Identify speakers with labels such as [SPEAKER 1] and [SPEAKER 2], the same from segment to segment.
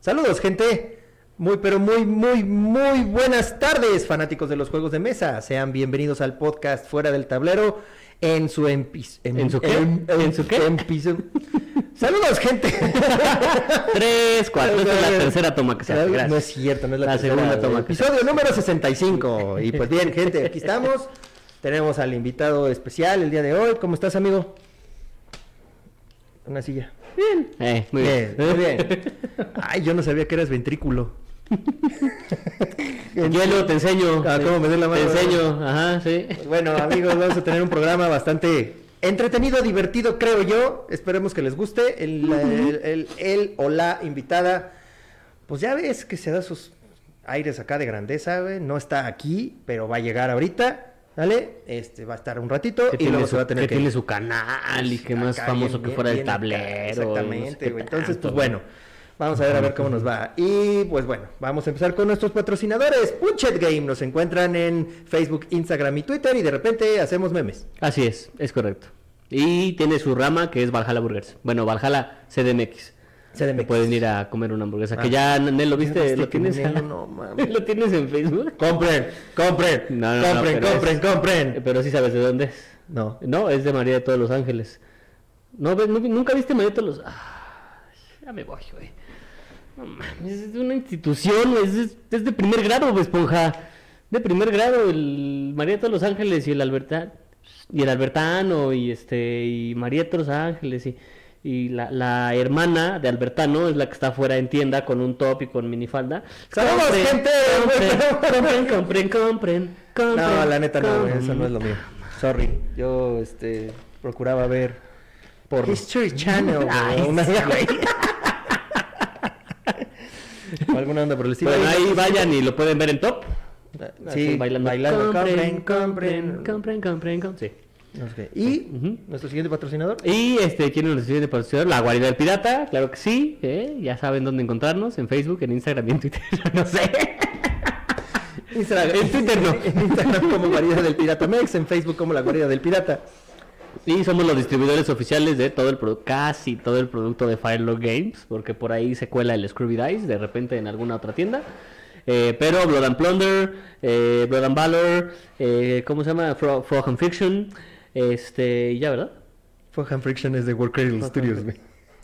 [SPEAKER 1] Saludos, gente. Muy, pero muy, muy, muy buenas tardes, fanáticos de los juegos de mesa. Sean bienvenidos al podcast Fuera del Tablero en su empis- em-
[SPEAKER 2] ¿En su qué?
[SPEAKER 1] em- em-
[SPEAKER 2] ¿En su qué?
[SPEAKER 1] empiso- Saludos, gente.
[SPEAKER 2] Tres, cuatro. Esta es la tercera toma que se hace.
[SPEAKER 1] No es
[SPEAKER 2] Gracias.
[SPEAKER 1] cierto, no es la,
[SPEAKER 2] La
[SPEAKER 1] tercera,
[SPEAKER 2] segunda
[SPEAKER 1] güey.
[SPEAKER 2] toma que se
[SPEAKER 1] Episodio número 65. Y pues bien, gente, aquí estamos. Tenemos al invitado especial el día de hoy. ¿Cómo estás, amigo? Una silla.
[SPEAKER 2] Eh, muy bien.
[SPEAKER 1] muy bien. Ay, yo no sabía que eras ventrículo.
[SPEAKER 2] Hielo, te enseño.
[SPEAKER 1] Ah, ¿cómo me dio la mano?
[SPEAKER 2] Te enseño. Ajá, sí.
[SPEAKER 1] Bueno, amigos, vamos a tener un programa bastante entretenido, divertido, creo yo. Esperemos que les guste. El, el, el- el o la invitada, pues ya ves que se da sus aires acá de grandeza, güey. No está aquí, pero va a llegar ahorita, ¿vale? Este, va a estar un ratito
[SPEAKER 2] Que
[SPEAKER 1] y
[SPEAKER 2] tiene
[SPEAKER 1] luego
[SPEAKER 2] su-
[SPEAKER 1] se va a tener que...
[SPEAKER 2] tiene su canal y que más
[SPEAKER 1] Pues, acá
[SPEAKER 2] famoso
[SPEAKER 1] bien,
[SPEAKER 2] que
[SPEAKER 1] bien,
[SPEAKER 2] fuera el
[SPEAKER 1] bien acá,
[SPEAKER 2] tablero. no sé
[SPEAKER 1] Exactamente,
[SPEAKER 2] qué
[SPEAKER 1] güey. Entonces,
[SPEAKER 2] tanto.
[SPEAKER 1] pues bueno, vamos a ver a ver cómo nos va. Y pues bueno, vamos a empezar con nuestros patrocinadores. Punchet Game nos encuentran en Facebook, Instagram y Twitter y de repente hacemos memes.
[SPEAKER 2] Así es, es correcto. Y tiene su rama que es Valhalla Burgers. Bueno, Valhalla CDMX.
[SPEAKER 1] CDMX.
[SPEAKER 2] Que pueden ir a comer una hamburguesa.
[SPEAKER 1] Ah.
[SPEAKER 2] Que ya, Nel, ¿lo
[SPEAKER 1] Ya
[SPEAKER 2] viste?
[SPEAKER 1] viste
[SPEAKER 2] ¿Lo
[SPEAKER 1] que
[SPEAKER 2] tienes,
[SPEAKER 1] Nel, no mames.
[SPEAKER 2] ¿Lo tienes en Facebook?
[SPEAKER 1] Compren, compren,
[SPEAKER 2] Ah, No, no, no,
[SPEAKER 1] compren, compren,
[SPEAKER 2] pero es- Eh,
[SPEAKER 1] compren.
[SPEAKER 2] Pero sí sabes de dónde es.
[SPEAKER 1] No.
[SPEAKER 2] No, es de María de todos los ángeles. No, ve- no vi- nunca viste María de todos los... Ay, ya me voy, güey. No mames, es de una institución, güey, es, es- es de primer grado, güey, esponja. De primer grado, el María de todos los ángeles y el Albertán. Y el Albertano y este y María de todos los ángeles y, y la, la hermana de Albertano es la que está afuera en tienda con un top y con minifalda.
[SPEAKER 1] ¡Saludos,
[SPEAKER 2] Compren,
[SPEAKER 1] gente!
[SPEAKER 2] Compren, compren, compren, compren,
[SPEAKER 1] No,
[SPEAKER 2] compren,
[SPEAKER 1] la neta no, güey,
[SPEAKER 2] compren.
[SPEAKER 1] eso no es lo mío. Sorry. Yo este procuraba ver por History Channel güey,
[SPEAKER 2] Ay,
[SPEAKER 1] una-
[SPEAKER 2] sí, güey.
[SPEAKER 1] o alguna onda por el estilo.
[SPEAKER 2] Bueno,
[SPEAKER 1] Y-
[SPEAKER 2] ahí vayan y lo pueden ver en top.
[SPEAKER 1] Ah, Sí,
[SPEAKER 2] Así,
[SPEAKER 1] bailando. bailando. Compren, compren.
[SPEAKER 2] compren, compren, compren, sí.
[SPEAKER 1] Ok, Y
[SPEAKER 2] Ujú.
[SPEAKER 1] nuestro siguiente patrocinador.
[SPEAKER 2] Y este, ¿quién nos recibe de patrocinador? La Guarida del Pirata, claro que sí. ¿eh? Ya saben dónde encontrarnos, en Facebook, en Instagram y en Twitter, no sé.
[SPEAKER 1] Instagram.
[SPEAKER 2] En Twitter no.
[SPEAKER 1] en Instagram como Guarida del Pirata Mex, en Facebook como La Guarida del Pirata.
[SPEAKER 2] Y somos los distribuidores oficiales de todo el producto, casi todo el producto de Firelock Games, porque por ahí se cuela el Scrooby Dice de repente en alguna otra tienda. Eh, pero Blood and Plunder, eh, Blood and Valor, eh, ¿cómo se llama? Fro Frog and Fiction, este, y ya, ¿verdad?
[SPEAKER 1] Fohan Friction es de World Cradle Studios, güey.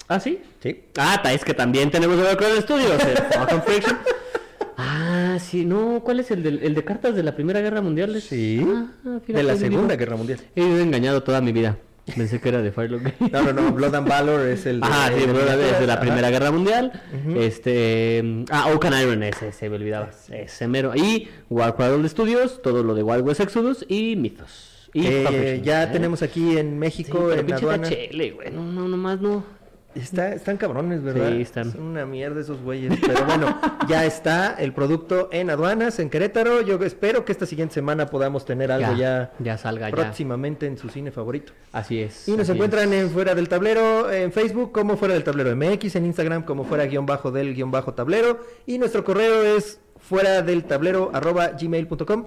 [SPEAKER 2] Ah, sí.
[SPEAKER 1] Sí.
[SPEAKER 2] Ah, ta- es que también tenemos el Overclock Studios, el Frog and Fiction. Ah, sí, no, ¿cuál es el, del- el de cartas de la Primera Guerra Mundial? Es-
[SPEAKER 1] Sí.
[SPEAKER 2] Ah, fíjate,
[SPEAKER 1] de la
[SPEAKER 2] mira.
[SPEAKER 1] Segunda Guerra Mundial.
[SPEAKER 2] He vivido engañado toda mi vida. Pensé que era de Firelock Games.
[SPEAKER 1] No, no, no. Blood and Valor es el.
[SPEAKER 2] Ah, sí, bueno, desde la
[SPEAKER 1] Ajá.
[SPEAKER 2] Primera Guerra Mundial. Este. Ah, Oak and Iron, ese, se me olvidaba. Ese mero. Y War Cradle Studios, todo lo de Wild West Exodus y Mythos. Y
[SPEAKER 1] Eh,
[SPEAKER 2] Fanfiction,
[SPEAKER 1] ya
[SPEAKER 2] ¿eh?
[SPEAKER 1] tenemos aquí en
[SPEAKER 2] Sí,
[SPEAKER 1] México,
[SPEAKER 2] pero
[SPEAKER 1] en
[SPEAKER 2] pinche
[SPEAKER 1] aduana.
[SPEAKER 2] THL, güey. No, no, nomás no.
[SPEAKER 1] Está- están cabrones, ¿verdad?
[SPEAKER 2] Sí, están.
[SPEAKER 1] Son una mierda esos güeyes. Pero bueno, ya está el producto en aduanas, en Querétaro. Yo espero que esta siguiente semana podamos tener algo ya,
[SPEAKER 2] ya salga ya.
[SPEAKER 1] próximamente en su cine favorito.
[SPEAKER 2] Así es.
[SPEAKER 1] Y nos
[SPEAKER 2] así
[SPEAKER 1] encuentran
[SPEAKER 2] es.
[SPEAKER 1] en Fuera del Tablero, en Facebook como Fuera del Tablero MX, en Instagram como Fuera guión bajo del guión bajo tablero. Y nuestro correo es fuera del tablero arroba gmail.com.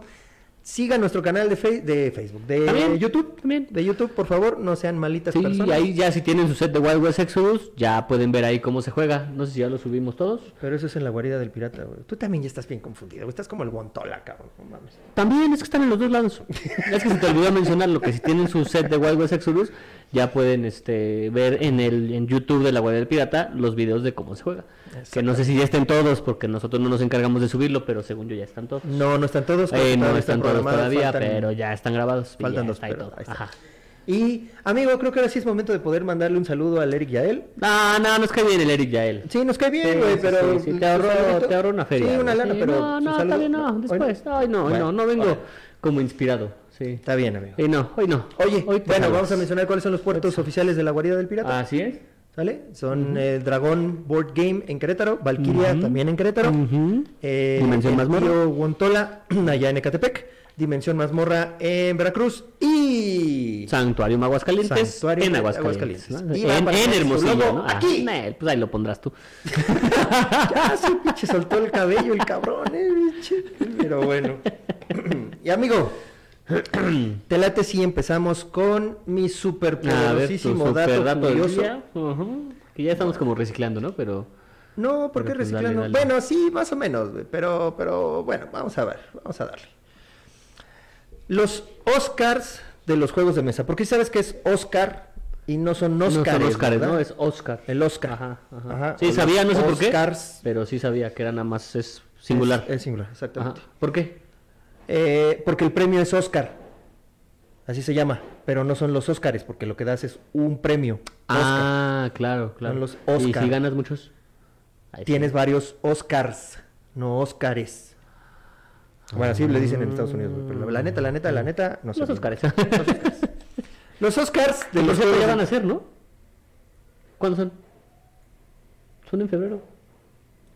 [SPEAKER 1] Siga nuestro canal de, Fe- de Facebook, de
[SPEAKER 2] También,
[SPEAKER 1] eh, YouTube.
[SPEAKER 2] también.
[SPEAKER 1] De YouTube, por favor, no sean malitas
[SPEAKER 2] Sí,
[SPEAKER 1] personas.
[SPEAKER 2] ahí ya si tienen su set de Wild West Exodus, ya pueden ver ahí cómo se juega. No sé si ya lo subimos todos.
[SPEAKER 1] Pero eso es en la guarida del pirata, güey. Tú también ya estás bien confundido, güey. Estás como el guantola, cabrón. No mames.
[SPEAKER 2] También es que están en los dos lados. Es que se te olvidó mencionar lo que si tienen su set de Wild West Exodus, ya pueden este, ver en el en YouTube de la Guardia del Pirata los videos de cómo se juega. Que no sé si ya estén todos, porque nosotros no nos encargamos de subirlo, pero según yo ya están todos.
[SPEAKER 1] No, no están todos. creo que
[SPEAKER 2] Eh, no
[SPEAKER 1] todavía
[SPEAKER 2] están todos
[SPEAKER 1] programados,
[SPEAKER 2] todavía,
[SPEAKER 1] faltan-
[SPEAKER 2] pero ya están grabados. y
[SPEAKER 1] Faltan
[SPEAKER 2] ya
[SPEAKER 1] dos,
[SPEAKER 2] está y
[SPEAKER 1] pero
[SPEAKER 2] todo.
[SPEAKER 1] ahí está.
[SPEAKER 2] Ajá.
[SPEAKER 1] Y, amigo, creo que ahora sí es momento de poder mandarle un saludo al Eric y a él.
[SPEAKER 2] No, no, nos cae bien el Eric Yael.
[SPEAKER 1] Sí, nos cae
[SPEAKER 2] Sí,
[SPEAKER 1] bien, güey,
[SPEAKER 2] sí,
[SPEAKER 1] pero...
[SPEAKER 2] sí, sí,
[SPEAKER 1] su
[SPEAKER 2] te, ahorro,
[SPEAKER 1] saludito-
[SPEAKER 2] te ahorro una feria.
[SPEAKER 1] Sí, una
[SPEAKER 2] güey.
[SPEAKER 1] lana,
[SPEAKER 2] Sí,
[SPEAKER 1] pero...
[SPEAKER 2] No,
[SPEAKER 1] su
[SPEAKER 2] no,
[SPEAKER 1] saludo-
[SPEAKER 2] está bien, no,
[SPEAKER 1] Bueno,
[SPEAKER 2] después. Ay, no, hoy
[SPEAKER 1] bueno,
[SPEAKER 2] no, no vengo
[SPEAKER 1] bueno.
[SPEAKER 2] como inspirado. Sí.
[SPEAKER 1] Está bien, amigo.
[SPEAKER 2] Y no, hoy no.
[SPEAKER 1] Oye,
[SPEAKER 2] hoy te
[SPEAKER 1] bueno,
[SPEAKER 2] jalas.
[SPEAKER 1] vamos a mencionar cuáles son los puertos oficiales de la guarida del pirata.
[SPEAKER 2] Así es.
[SPEAKER 1] ¿Sale? Son eh, Dragón Board Game en Querétaro, Valkyria también en Querétaro,
[SPEAKER 2] Ujú.
[SPEAKER 1] eh,
[SPEAKER 2] Dimensión
[SPEAKER 1] el
[SPEAKER 2] Mazmorra.
[SPEAKER 1] tío Guantola allá en Ecatepec, Dimensión Mazmorra en Veracruz y...
[SPEAKER 2] Santuario en Aguascalientes.
[SPEAKER 1] Santuario
[SPEAKER 2] en
[SPEAKER 1] en
[SPEAKER 2] Aguascalientes.
[SPEAKER 1] Aguascalientes.
[SPEAKER 2] ¿no?
[SPEAKER 1] Y va
[SPEAKER 2] En,
[SPEAKER 1] para
[SPEAKER 2] en
[SPEAKER 1] su
[SPEAKER 2] Hermosillo.
[SPEAKER 1] logo,
[SPEAKER 2] ¿no? Ah,
[SPEAKER 1] aquí.
[SPEAKER 2] eh, pues ahí lo pondrás tú.
[SPEAKER 1] Ya se Ah, pinche soltó el cabello el cabrón, eh, pinche. Pero bueno. Y amigo, te late si empezamos con mi
[SPEAKER 2] A ver, tu
[SPEAKER 1] superpoderosísimo
[SPEAKER 2] super
[SPEAKER 1] dato
[SPEAKER 2] dato del
[SPEAKER 1] curioso.
[SPEAKER 2] día. Ujú. Que ya estamos como reciclando, ¿no? Pero
[SPEAKER 1] No, porque
[SPEAKER 2] Pero, pues, dale,
[SPEAKER 1] reciclando.
[SPEAKER 2] dale.
[SPEAKER 1] Bueno, sí, más o menos, güey, pero, pero bueno, vamos a ver, vamos a darle. Los Oscars de los juegos de mesa, porque sabes que es Oscar y no son
[SPEAKER 2] No son
[SPEAKER 1] Oscars.
[SPEAKER 2] Óscares,
[SPEAKER 1] ¿verdad?
[SPEAKER 2] ¿no? Es Oscar.
[SPEAKER 1] El Oscar.
[SPEAKER 2] Ajá, ajá.
[SPEAKER 1] Ajá, o
[SPEAKER 2] Sí,
[SPEAKER 1] los
[SPEAKER 2] sabía, no sé por qué.
[SPEAKER 1] Oscars.
[SPEAKER 2] Pero sí sabía que era nada más es singular.
[SPEAKER 1] Es, es singular,
[SPEAKER 2] Ajá.
[SPEAKER 1] exactamente.
[SPEAKER 2] ¿Por qué?
[SPEAKER 1] Eh, porque el premio es Oscar. Así se llama, pero no son los Oscars, porque lo que das es un premio. Oscar.
[SPEAKER 2] Ah, claro, claro.
[SPEAKER 1] Son los
[SPEAKER 2] ¿Y
[SPEAKER 1] Óscar.
[SPEAKER 2] si ganas muchos? Ahí
[SPEAKER 1] Tienes varios Oscars, no Oscars. Bueno, así le dicen en Estados Unidos, güey, pero la, la neta, la neta, la neta, no
[SPEAKER 2] está.
[SPEAKER 1] sé.
[SPEAKER 2] Los Óscares.
[SPEAKER 1] Los Oscars de
[SPEAKER 2] De
[SPEAKER 1] los
[SPEAKER 2] los que
[SPEAKER 1] juegos
[SPEAKER 2] ya
[SPEAKER 1] de-
[SPEAKER 2] van a ser, ¿no? ¿Cuándo son? Son en febrero.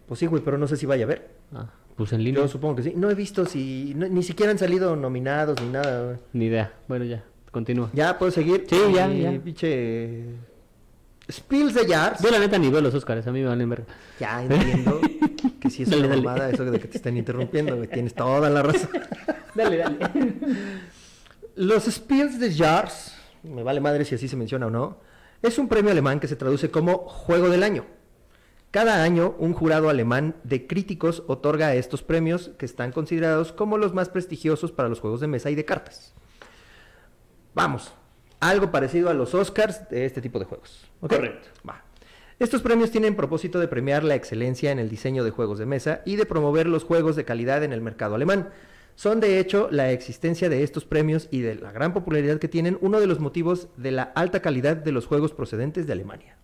[SPEAKER 1] Pues sí, güey, pero no sé si vaya a haber.
[SPEAKER 2] Ah, pues en línea.
[SPEAKER 1] Yo supongo que sí. No he visto si... no- ni siquiera han salido nominados ni nada, güey.
[SPEAKER 2] Ni idea. Bueno, ya. Continúa.
[SPEAKER 1] ¿Ya puedo seguir?
[SPEAKER 2] Sí, ya,
[SPEAKER 1] Y
[SPEAKER 2] ya.
[SPEAKER 1] pinche... Spills de Jars.
[SPEAKER 2] Yo la neta ni veo los Óscares, a mí me valen verga.
[SPEAKER 1] Ya entiendo que si es
[SPEAKER 2] Dale,
[SPEAKER 1] una
[SPEAKER 2] dale.
[SPEAKER 1] mamada eso de que te están interrumpiendo, güey. Tienes toda la razón.
[SPEAKER 2] Dale, dale.
[SPEAKER 1] Los Spiels de Jars, me vale madre si así se menciona o no, es un premio alemán que se traduce como Juego del Año. Cada año, un jurado alemán de críticos otorga estos premios que están considerados como los más prestigiosos para los juegos de mesa y de cartas. Vamos, algo parecido a los Oscars de este tipo de juegos. ¿ok?
[SPEAKER 2] Correcto.
[SPEAKER 1] Va. Estos premios tienen propósito de premiar la excelencia en el diseño de juegos de mesa y de promover los juegos de calidad en el mercado alemán. Son de hecho la existencia de estos premios y de la gran popularidad que tienen uno de los motivos de la alta calidad de los juegos procedentes de Alemania.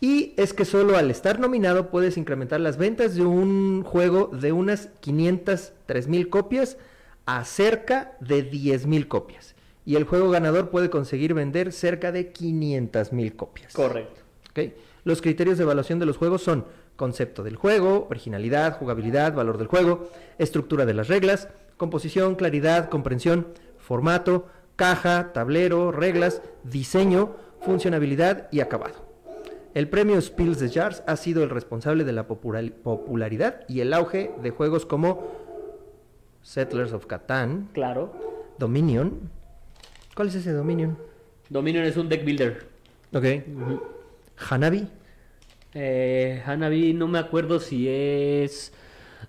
[SPEAKER 1] Y es que solo al estar nominado puedes incrementar las ventas de un juego de unas 503 mil copias a cerca de 10 mil copias. Y el juego ganador puede conseguir vender cerca de 500 mil copias.
[SPEAKER 2] Correcto.
[SPEAKER 1] Ok. Los criterios de evaluación de los juegos son concepto del juego, originalidad, jugabilidad, valor del juego, estructura de las reglas, composición, claridad, comprensión, formato, caja, tablero, reglas, diseño, funcionabilidad y acabado. El premio Spills de Jars ha sido el responsable de la popular- popularidad y el auge de juegos como Settlers of Catan,
[SPEAKER 2] Claro.
[SPEAKER 1] Dominion. ¿Cuál es ese Dominion?
[SPEAKER 2] Dominion es un deck builder.
[SPEAKER 1] Ok. Hanabi.
[SPEAKER 2] Eh, Hanabi, no me acuerdo si es.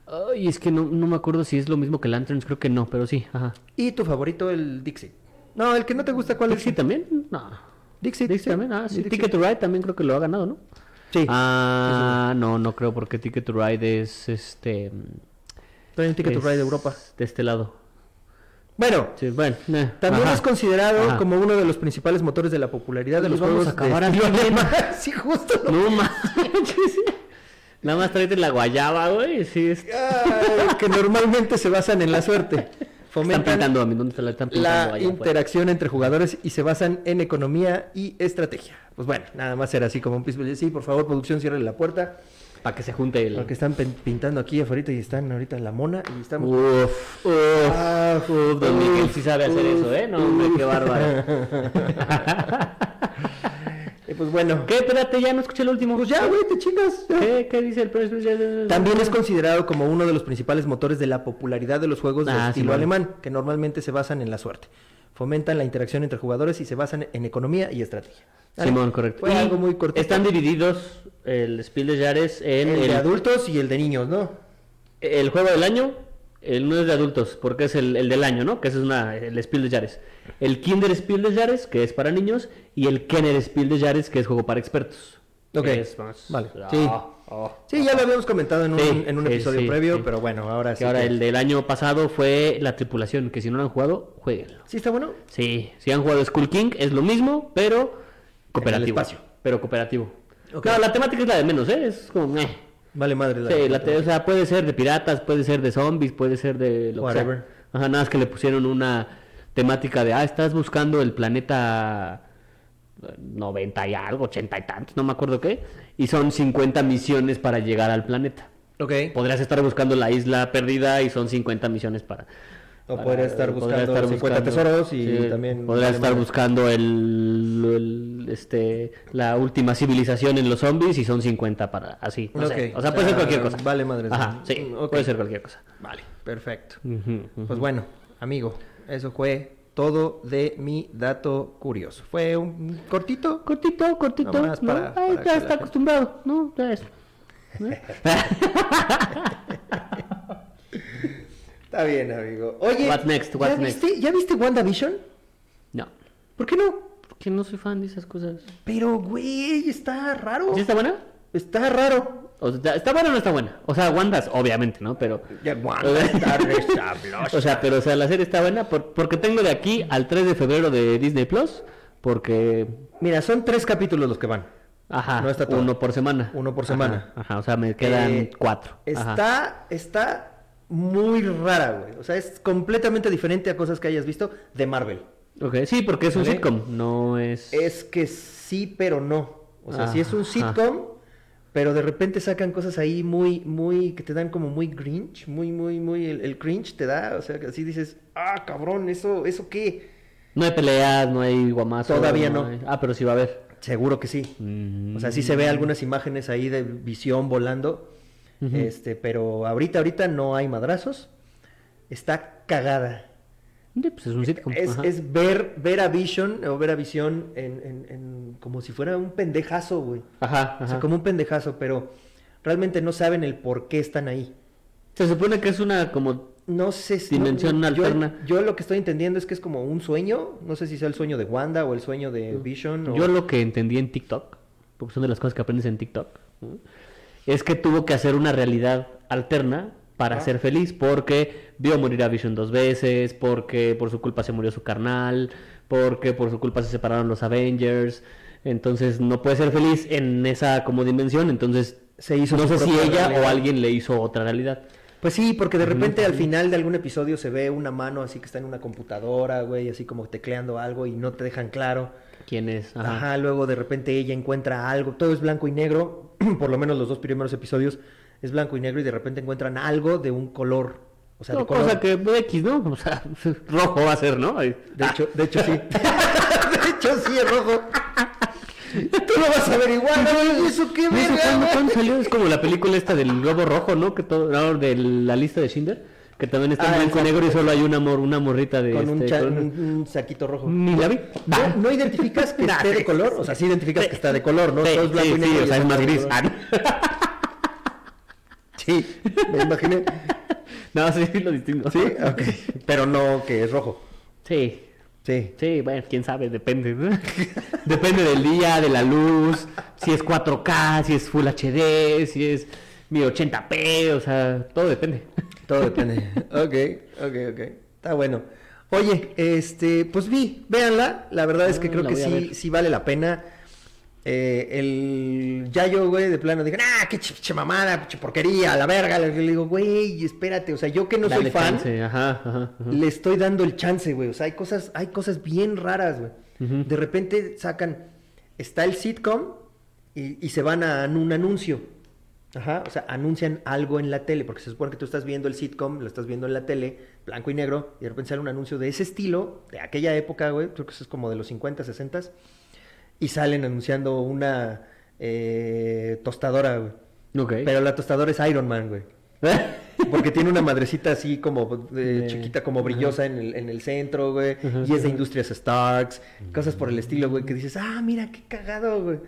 [SPEAKER 2] Ay, es que no, no me acuerdo si es lo mismo que Lanterns, creo que no, pero sí, ajá.
[SPEAKER 1] Y tu favorito, el Dixit. No, el que no te gusta, ¿cuál
[SPEAKER 2] ¿Dixie
[SPEAKER 1] es?
[SPEAKER 2] también? No.
[SPEAKER 1] Dixit.
[SPEAKER 2] ¿Dixie también? Ah, sí.
[SPEAKER 1] Dixit.
[SPEAKER 2] Ticket to Ride también creo que lo ha ganado, ¿no?
[SPEAKER 1] Sí.
[SPEAKER 2] Ah, no, no creo, porque Ticket to Ride es este.
[SPEAKER 1] También Ticket to
[SPEAKER 2] es
[SPEAKER 1] Ride de Europa.
[SPEAKER 2] De este lado.
[SPEAKER 1] Bueno,
[SPEAKER 2] Sí, bueno. eh,
[SPEAKER 1] también
[SPEAKER 2] ajá.
[SPEAKER 1] es considerado
[SPEAKER 2] Ajá.
[SPEAKER 1] como uno de los principales motores de la popularidad de
[SPEAKER 2] Y
[SPEAKER 1] los
[SPEAKER 2] vamos
[SPEAKER 1] juegos
[SPEAKER 2] a acabar
[SPEAKER 1] de
[SPEAKER 2] así
[SPEAKER 1] estilo
[SPEAKER 2] también.
[SPEAKER 1] alemán. Sí, justo. lo-
[SPEAKER 2] No manches. Nada más tráete la guayaba, güey. Sí, es-
[SPEAKER 1] Ay, que normalmente se basan en la suerte.
[SPEAKER 2] Están
[SPEAKER 1] Fomentan
[SPEAKER 2] pintando a mí. ¿Dónde se la están pintando?
[SPEAKER 1] la
[SPEAKER 2] Allá, pues.
[SPEAKER 1] interacción entre jugadores y se basan en economía y estrategia. Pues bueno, nada más era así como un piso. Sí, por favor, producción, cierre la puerta.
[SPEAKER 2] Para que se junte el.
[SPEAKER 1] Porque están pen- pintando aquí afuera y están ahorita en la mona y estamos...
[SPEAKER 2] Uf, uf.
[SPEAKER 1] Ah,
[SPEAKER 2] Uf, don Pues Miguel sí sabe hacer
[SPEAKER 1] uf,
[SPEAKER 2] eso, ¿eh? No, hombre, qué bárbaro.
[SPEAKER 1] Eh, pues bueno.
[SPEAKER 2] ¿Qué? Espérate, ya no escuché el último.
[SPEAKER 1] Pues ya, güey, te chingas. ya.
[SPEAKER 2] ¿Qué, ¿Qué dice el Prince?
[SPEAKER 1] También es considerado como uno de los principales motores de la popularidad de los juegos de
[SPEAKER 2] Ah, sí,
[SPEAKER 1] estilo
[SPEAKER 2] bueno.
[SPEAKER 1] alemán, que normalmente se basan en la suerte. Fomentan la interacción entre jugadores y se basan en economía y estrategia. Dale.
[SPEAKER 2] Simón, correcto.
[SPEAKER 1] Fue
[SPEAKER 2] Y
[SPEAKER 1] algo muy cortito.
[SPEAKER 2] Están divididos el Spiel de Yares en
[SPEAKER 1] el,
[SPEAKER 2] el,
[SPEAKER 1] de adultos y el de niños, ¿no?
[SPEAKER 2] el juego del año. El no es de adultos, porque es el, el del año, ¿no? Que ese es una, el Spiel de Yares. El Kinder Spiel de Yares, que es para niños, y el Kenner Spiel de Yares, que es juego para expertos.
[SPEAKER 1] Ok,
[SPEAKER 2] Que es más-
[SPEAKER 1] vale,
[SPEAKER 2] Ah,
[SPEAKER 1] sí.
[SPEAKER 2] ah,
[SPEAKER 1] Sí, ya lo habíamos comentado en un,
[SPEAKER 2] Sí,
[SPEAKER 1] en un
[SPEAKER 2] sí,
[SPEAKER 1] episodio
[SPEAKER 2] sí,
[SPEAKER 1] previo,
[SPEAKER 2] sí.
[SPEAKER 1] pero bueno, ahora sí.
[SPEAKER 2] Que ahora
[SPEAKER 1] que-
[SPEAKER 2] el del año pasado fue la tripulación, que si no lo han jugado, jueguenlo.
[SPEAKER 1] ¿Sí está bueno?
[SPEAKER 2] Sí, si han jugado Skull King es lo mismo, pero
[SPEAKER 1] En el
[SPEAKER 2] cooperativo.
[SPEAKER 1] espacio.
[SPEAKER 2] Pero cooperativo.
[SPEAKER 1] Ok.
[SPEAKER 2] No, la temática es la de menos, ¿eh? Es como... meh.
[SPEAKER 1] Vale, madre.
[SPEAKER 2] Sí, la te- o sea, puede ser de piratas, puede ser de zombies, puede ser de lo que sea.
[SPEAKER 1] Whatever.
[SPEAKER 2] Ajá, nada más que le pusieron una temática de, ah, estás buscando el planeta eh, 90 y algo, 80 y tantos, no me acuerdo qué. Y son 50 misiones para llegar al planeta.
[SPEAKER 1] Ok.
[SPEAKER 2] Podrías estar buscando la isla perdida y son 50 misiones para.
[SPEAKER 1] O
[SPEAKER 2] para-
[SPEAKER 1] podrías estar buscando 50 tesoros y también
[SPEAKER 2] Podrías
[SPEAKER 1] vale
[SPEAKER 2] estar
[SPEAKER 1] madre.
[SPEAKER 2] buscando el, el- este, la última civilización en los zombies y son 50 para. Así. No sé.
[SPEAKER 1] Ok.
[SPEAKER 2] O sea, puede ser
[SPEAKER 1] Ah,
[SPEAKER 2] cualquier cosa.
[SPEAKER 1] vale madre.
[SPEAKER 2] Ajá, sí.
[SPEAKER 1] Mm, ok.
[SPEAKER 2] Puede ser cualquier cosa.
[SPEAKER 1] Vale, perfecto.
[SPEAKER 2] Ujú, ujú.
[SPEAKER 1] Pues bueno, amigo, eso fue todo de mi dato curioso. Fue un cortito.
[SPEAKER 2] Cortito, cortito.
[SPEAKER 1] Nomás
[SPEAKER 2] ¿no?
[SPEAKER 1] para-
[SPEAKER 2] Ay,
[SPEAKER 1] para que
[SPEAKER 2] ya
[SPEAKER 1] la
[SPEAKER 2] está
[SPEAKER 1] gente-
[SPEAKER 2] acostumbrado, ¿no? Ya es. ¿Eh? ¿no?
[SPEAKER 1] Está bien, amigo. Oye,
[SPEAKER 2] What next?
[SPEAKER 1] ¿ya,
[SPEAKER 2] What next?
[SPEAKER 1] Viste, ¿ya viste WandaVision?
[SPEAKER 2] no.
[SPEAKER 1] ¿Por qué no?
[SPEAKER 2] Porque no soy fan de esas cosas.
[SPEAKER 1] Pero, güey, está raro.
[SPEAKER 2] ¿Sí está buena?
[SPEAKER 1] Está raro.
[SPEAKER 2] O sea, ¿Está buena o no está buena? O sea, Wandas, obviamente, ¿no? Pero.
[SPEAKER 1] Ya, Wanda está resablosa.
[SPEAKER 2] O sea, pero o sea, la serie está buena por- porque tengo de aquí al 3 de febrero de Disney Plus. Porque.
[SPEAKER 1] Mira, son tres capítulos los que van.
[SPEAKER 2] Ajá.
[SPEAKER 1] No está todo.
[SPEAKER 2] uno por semana.
[SPEAKER 1] Uno por semana.
[SPEAKER 2] Ajá, ajá, o sea, me quedan
[SPEAKER 1] Eh,
[SPEAKER 2] cuatro. Ajá.
[SPEAKER 1] Está, está muy rara, güey. O sea, es completamente diferente a cosas que hayas visto de Marvel.
[SPEAKER 2] Ok, sí, porque es un
[SPEAKER 1] ¿Vale?
[SPEAKER 2] sitcom. No es.
[SPEAKER 1] Es que sí, pero no. O sea, sí es un
[SPEAKER 2] Ajá.
[SPEAKER 1] sitcom, pero de repente sacan cosas ahí muy, muy, que te dan como muy grinch, muy, muy, muy, el, el cringe te da. O sea, que así dices, ah, cabrón, ¿eso, eso qué?
[SPEAKER 2] No hay peleas, no hay guamazos.
[SPEAKER 1] Todavía no.
[SPEAKER 2] hay- Ah, pero sí va a haber.
[SPEAKER 1] Seguro que sí.
[SPEAKER 2] Mm.
[SPEAKER 1] O sea, sí se ve algunas imágenes ahí de visión volando.
[SPEAKER 2] Ujú.
[SPEAKER 1] Este, pero ahorita, ahorita no hay madrazos. Está cagada.
[SPEAKER 2] Sí, pues es un sitcom.
[SPEAKER 1] Es,
[SPEAKER 2] ajá.
[SPEAKER 1] es ver, ver a Vision o ver a Vision en, en- en- como si fuera un pendejazo, güey.
[SPEAKER 2] Ajá, ajá.
[SPEAKER 1] O sea, como un pendejazo, pero realmente no saben el por qué están ahí.
[SPEAKER 2] Se supone que es una como.
[SPEAKER 1] No sé si.
[SPEAKER 2] Dimensión
[SPEAKER 1] no, yo-
[SPEAKER 2] alterna.
[SPEAKER 1] Yo, lo que estoy entendiendo es que es como un sueño. No sé si sea el sueño de Wanda o el sueño de Vision. o-
[SPEAKER 2] Yo lo que entendí en TikTok, porque son de las cosas que aprendes en TikTok, ¿no? es que tuvo que hacer una realidad alterna para
[SPEAKER 1] Ah.
[SPEAKER 2] ser feliz, porque vio morir a Vision dos veces, porque por su culpa se murió su carnal, porque por su culpa se separaron los Avengers. Entonces no puede ser feliz en esa como dimensión, entonces
[SPEAKER 1] Se hizo
[SPEAKER 2] no
[SPEAKER 1] su
[SPEAKER 2] sé si
[SPEAKER 1] propia
[SPEAKER 2] ella o
[SPEAKER 1] realidad.
[SPEAKER 2] alguien le hizo otra realidad.
[SPEAKER 1] Pues sí, porque de
[SPEAKER 2] Ujú,
[SPEAKER 1] repente al
[SPEAKER 2] sí.
[SPEAKER 1] final de algún episodio se ve una mano así que está en una computadora, güey, así como tecleando algo y no te dejan claro.
[SPEAKER 2] ¿Quién es?
[SPEAKER 1] Ajá.
[SPEAKER 2] Ajá.
[SPEAKER 1] luego de repente ella encuentra algo, todo es blanco y negro, por lo menos los dos primeros episodios es blanco y negro y de repente encuentran algo de un color, o sea, de
[SPEAKER 2] No,
[SPEAKER 1] color.
[SPEAKER 2] cosa que pues, X, ¿no? O sea, rojo va a ser, ¿no? Ahí.
[SPEAKER 1] De hecho, de hecho sí. de hecho sí, es rojo. Tú lo vas a averiguar, ¿no? ¿Eso qué
[SPEAKER 2] Güey, ¿eso
[SPEAKER 1] verga,
[SPEAKER 2] cuándo,
[SPEAKER 1] güey?
[SPEAKER 2] cuándo salió? Es como la película esta del globo rojo, ¿no? Que todo, no, de la lista de Schindler, que también está
[SPEAKER 1] Ah,
[SPEAKER 2] en blanco y
[SPEAKER 1] exacto.
[SPEAKER 2] negro y solo hay una mor, una morrita de
[SPEAKER 1] Con un,
[SPEAKER 2] este,
[SPEAKER 1] cha-
[SPEAKER 2] color.
[SPEAKER 1] un- Ah, un saquito rojo.
[SPEAKER 2] ni la vi.
[SPEAKER 1] ¿No, no identificas que
[SPEAKER 2] Nah,
[SPEAKER 1] esté de
[SPEAKER 2] sí,
[SPEAKER 1] color?
[SPEAKER 2] sí,
[SPEAKER 1] O sea, sí identificas que está de color, ¿no?
[SPEAKER 2] Sí,
[SPEAKER 1] Todo es Ah, blanco y
[SPEAKER 2] sí,
[SPEAKER 1] negro.
[SPEAKER 2] sí,
[SPEAKER 1] y
[SPEAKER 2] o sea, es
[SPEAKER 1] está
[SPEAKER 2] más
[SPEAKER 1] de
[SPEAKER 2] gris. Ah,
[SPEAKER 1] color. Sí, me imaginé.
[SPEAKER 2] no, sí, sí lo distingo.
[SPEAKER 1] Sí, ok. Pero no que es rojo.
[SPEAKER 2] Sí.
[SPEAKER 1] Sí.
[SPEAKER 2] Sí, bueno, quién sabe, depende, ¿no? depende del día, de la luz, si es 4K, si es Full HD, si es 1080p, o sea, todo depende.
[SPEAKER 1] Todo depende. ok, ok, ok. Está bueno. Oye, este, pues vi, véanla. La verdad es que
[SPEAKER 2] Ah,
[SPEAKER 1] creo
[SPEAKER 2] la
[SPEAKER 1] que
[SPEAKER 2] voy a
[SPEAKER 1] sí,
[SPEAKER 2] ver.
[SPEAKER 1] sí vale la pena. Eh, el Yayo, güey, de plano dije, ah, qué ch- ch- mamada, ch- porquería, a la verga. Le, le digo, güey, espérate. O sea, yo que no soy
[SPEAKER 2] Dale
[SPEAKER 1] fan,
[SPEAKER 2] chance, Ajá, ajá, ajá.
[SPEAKER 1] le estoy dando el chance, güey. O sea, hay cosas, hay cosas bien raras, güey.
[SPEAKER 2] Ujú.
[SPEAKER 1] De repente sacan, está el sitcom y, y se van a an- un anuncio. Ajá, o sea, anuncian algo en la tele, porque se supone que tú estás viendo el sitcom, lo estás viendo en la tele, blanco y negro, y de repente sale un anuncio de ese estilo, de aquella época, güey, creo que eso es como de los 50, 60, y salen anunciando una eh, tostadora, güey.
[SPEAKER 2] Ok.
[SPEAKER 1] Pero la tostadora es Iron Man, güey. Porque tiene una madrecita así como eh,
[SPEAKER 2] De-
[SPEAKER 1] chiquita, como
[SPEAKER 2] Ajá.
[SPEAKER 1] brillosa en el, en el centro, güey.
[SPEAKER 2] Ajá,
[SPEAKER 1] Y es de
[SPEAKER 2] ajá.
[SPEAKER 1] Industrias Starks, cosas por el estilo, güey, que dices, ah, mira, qué cagado, güey.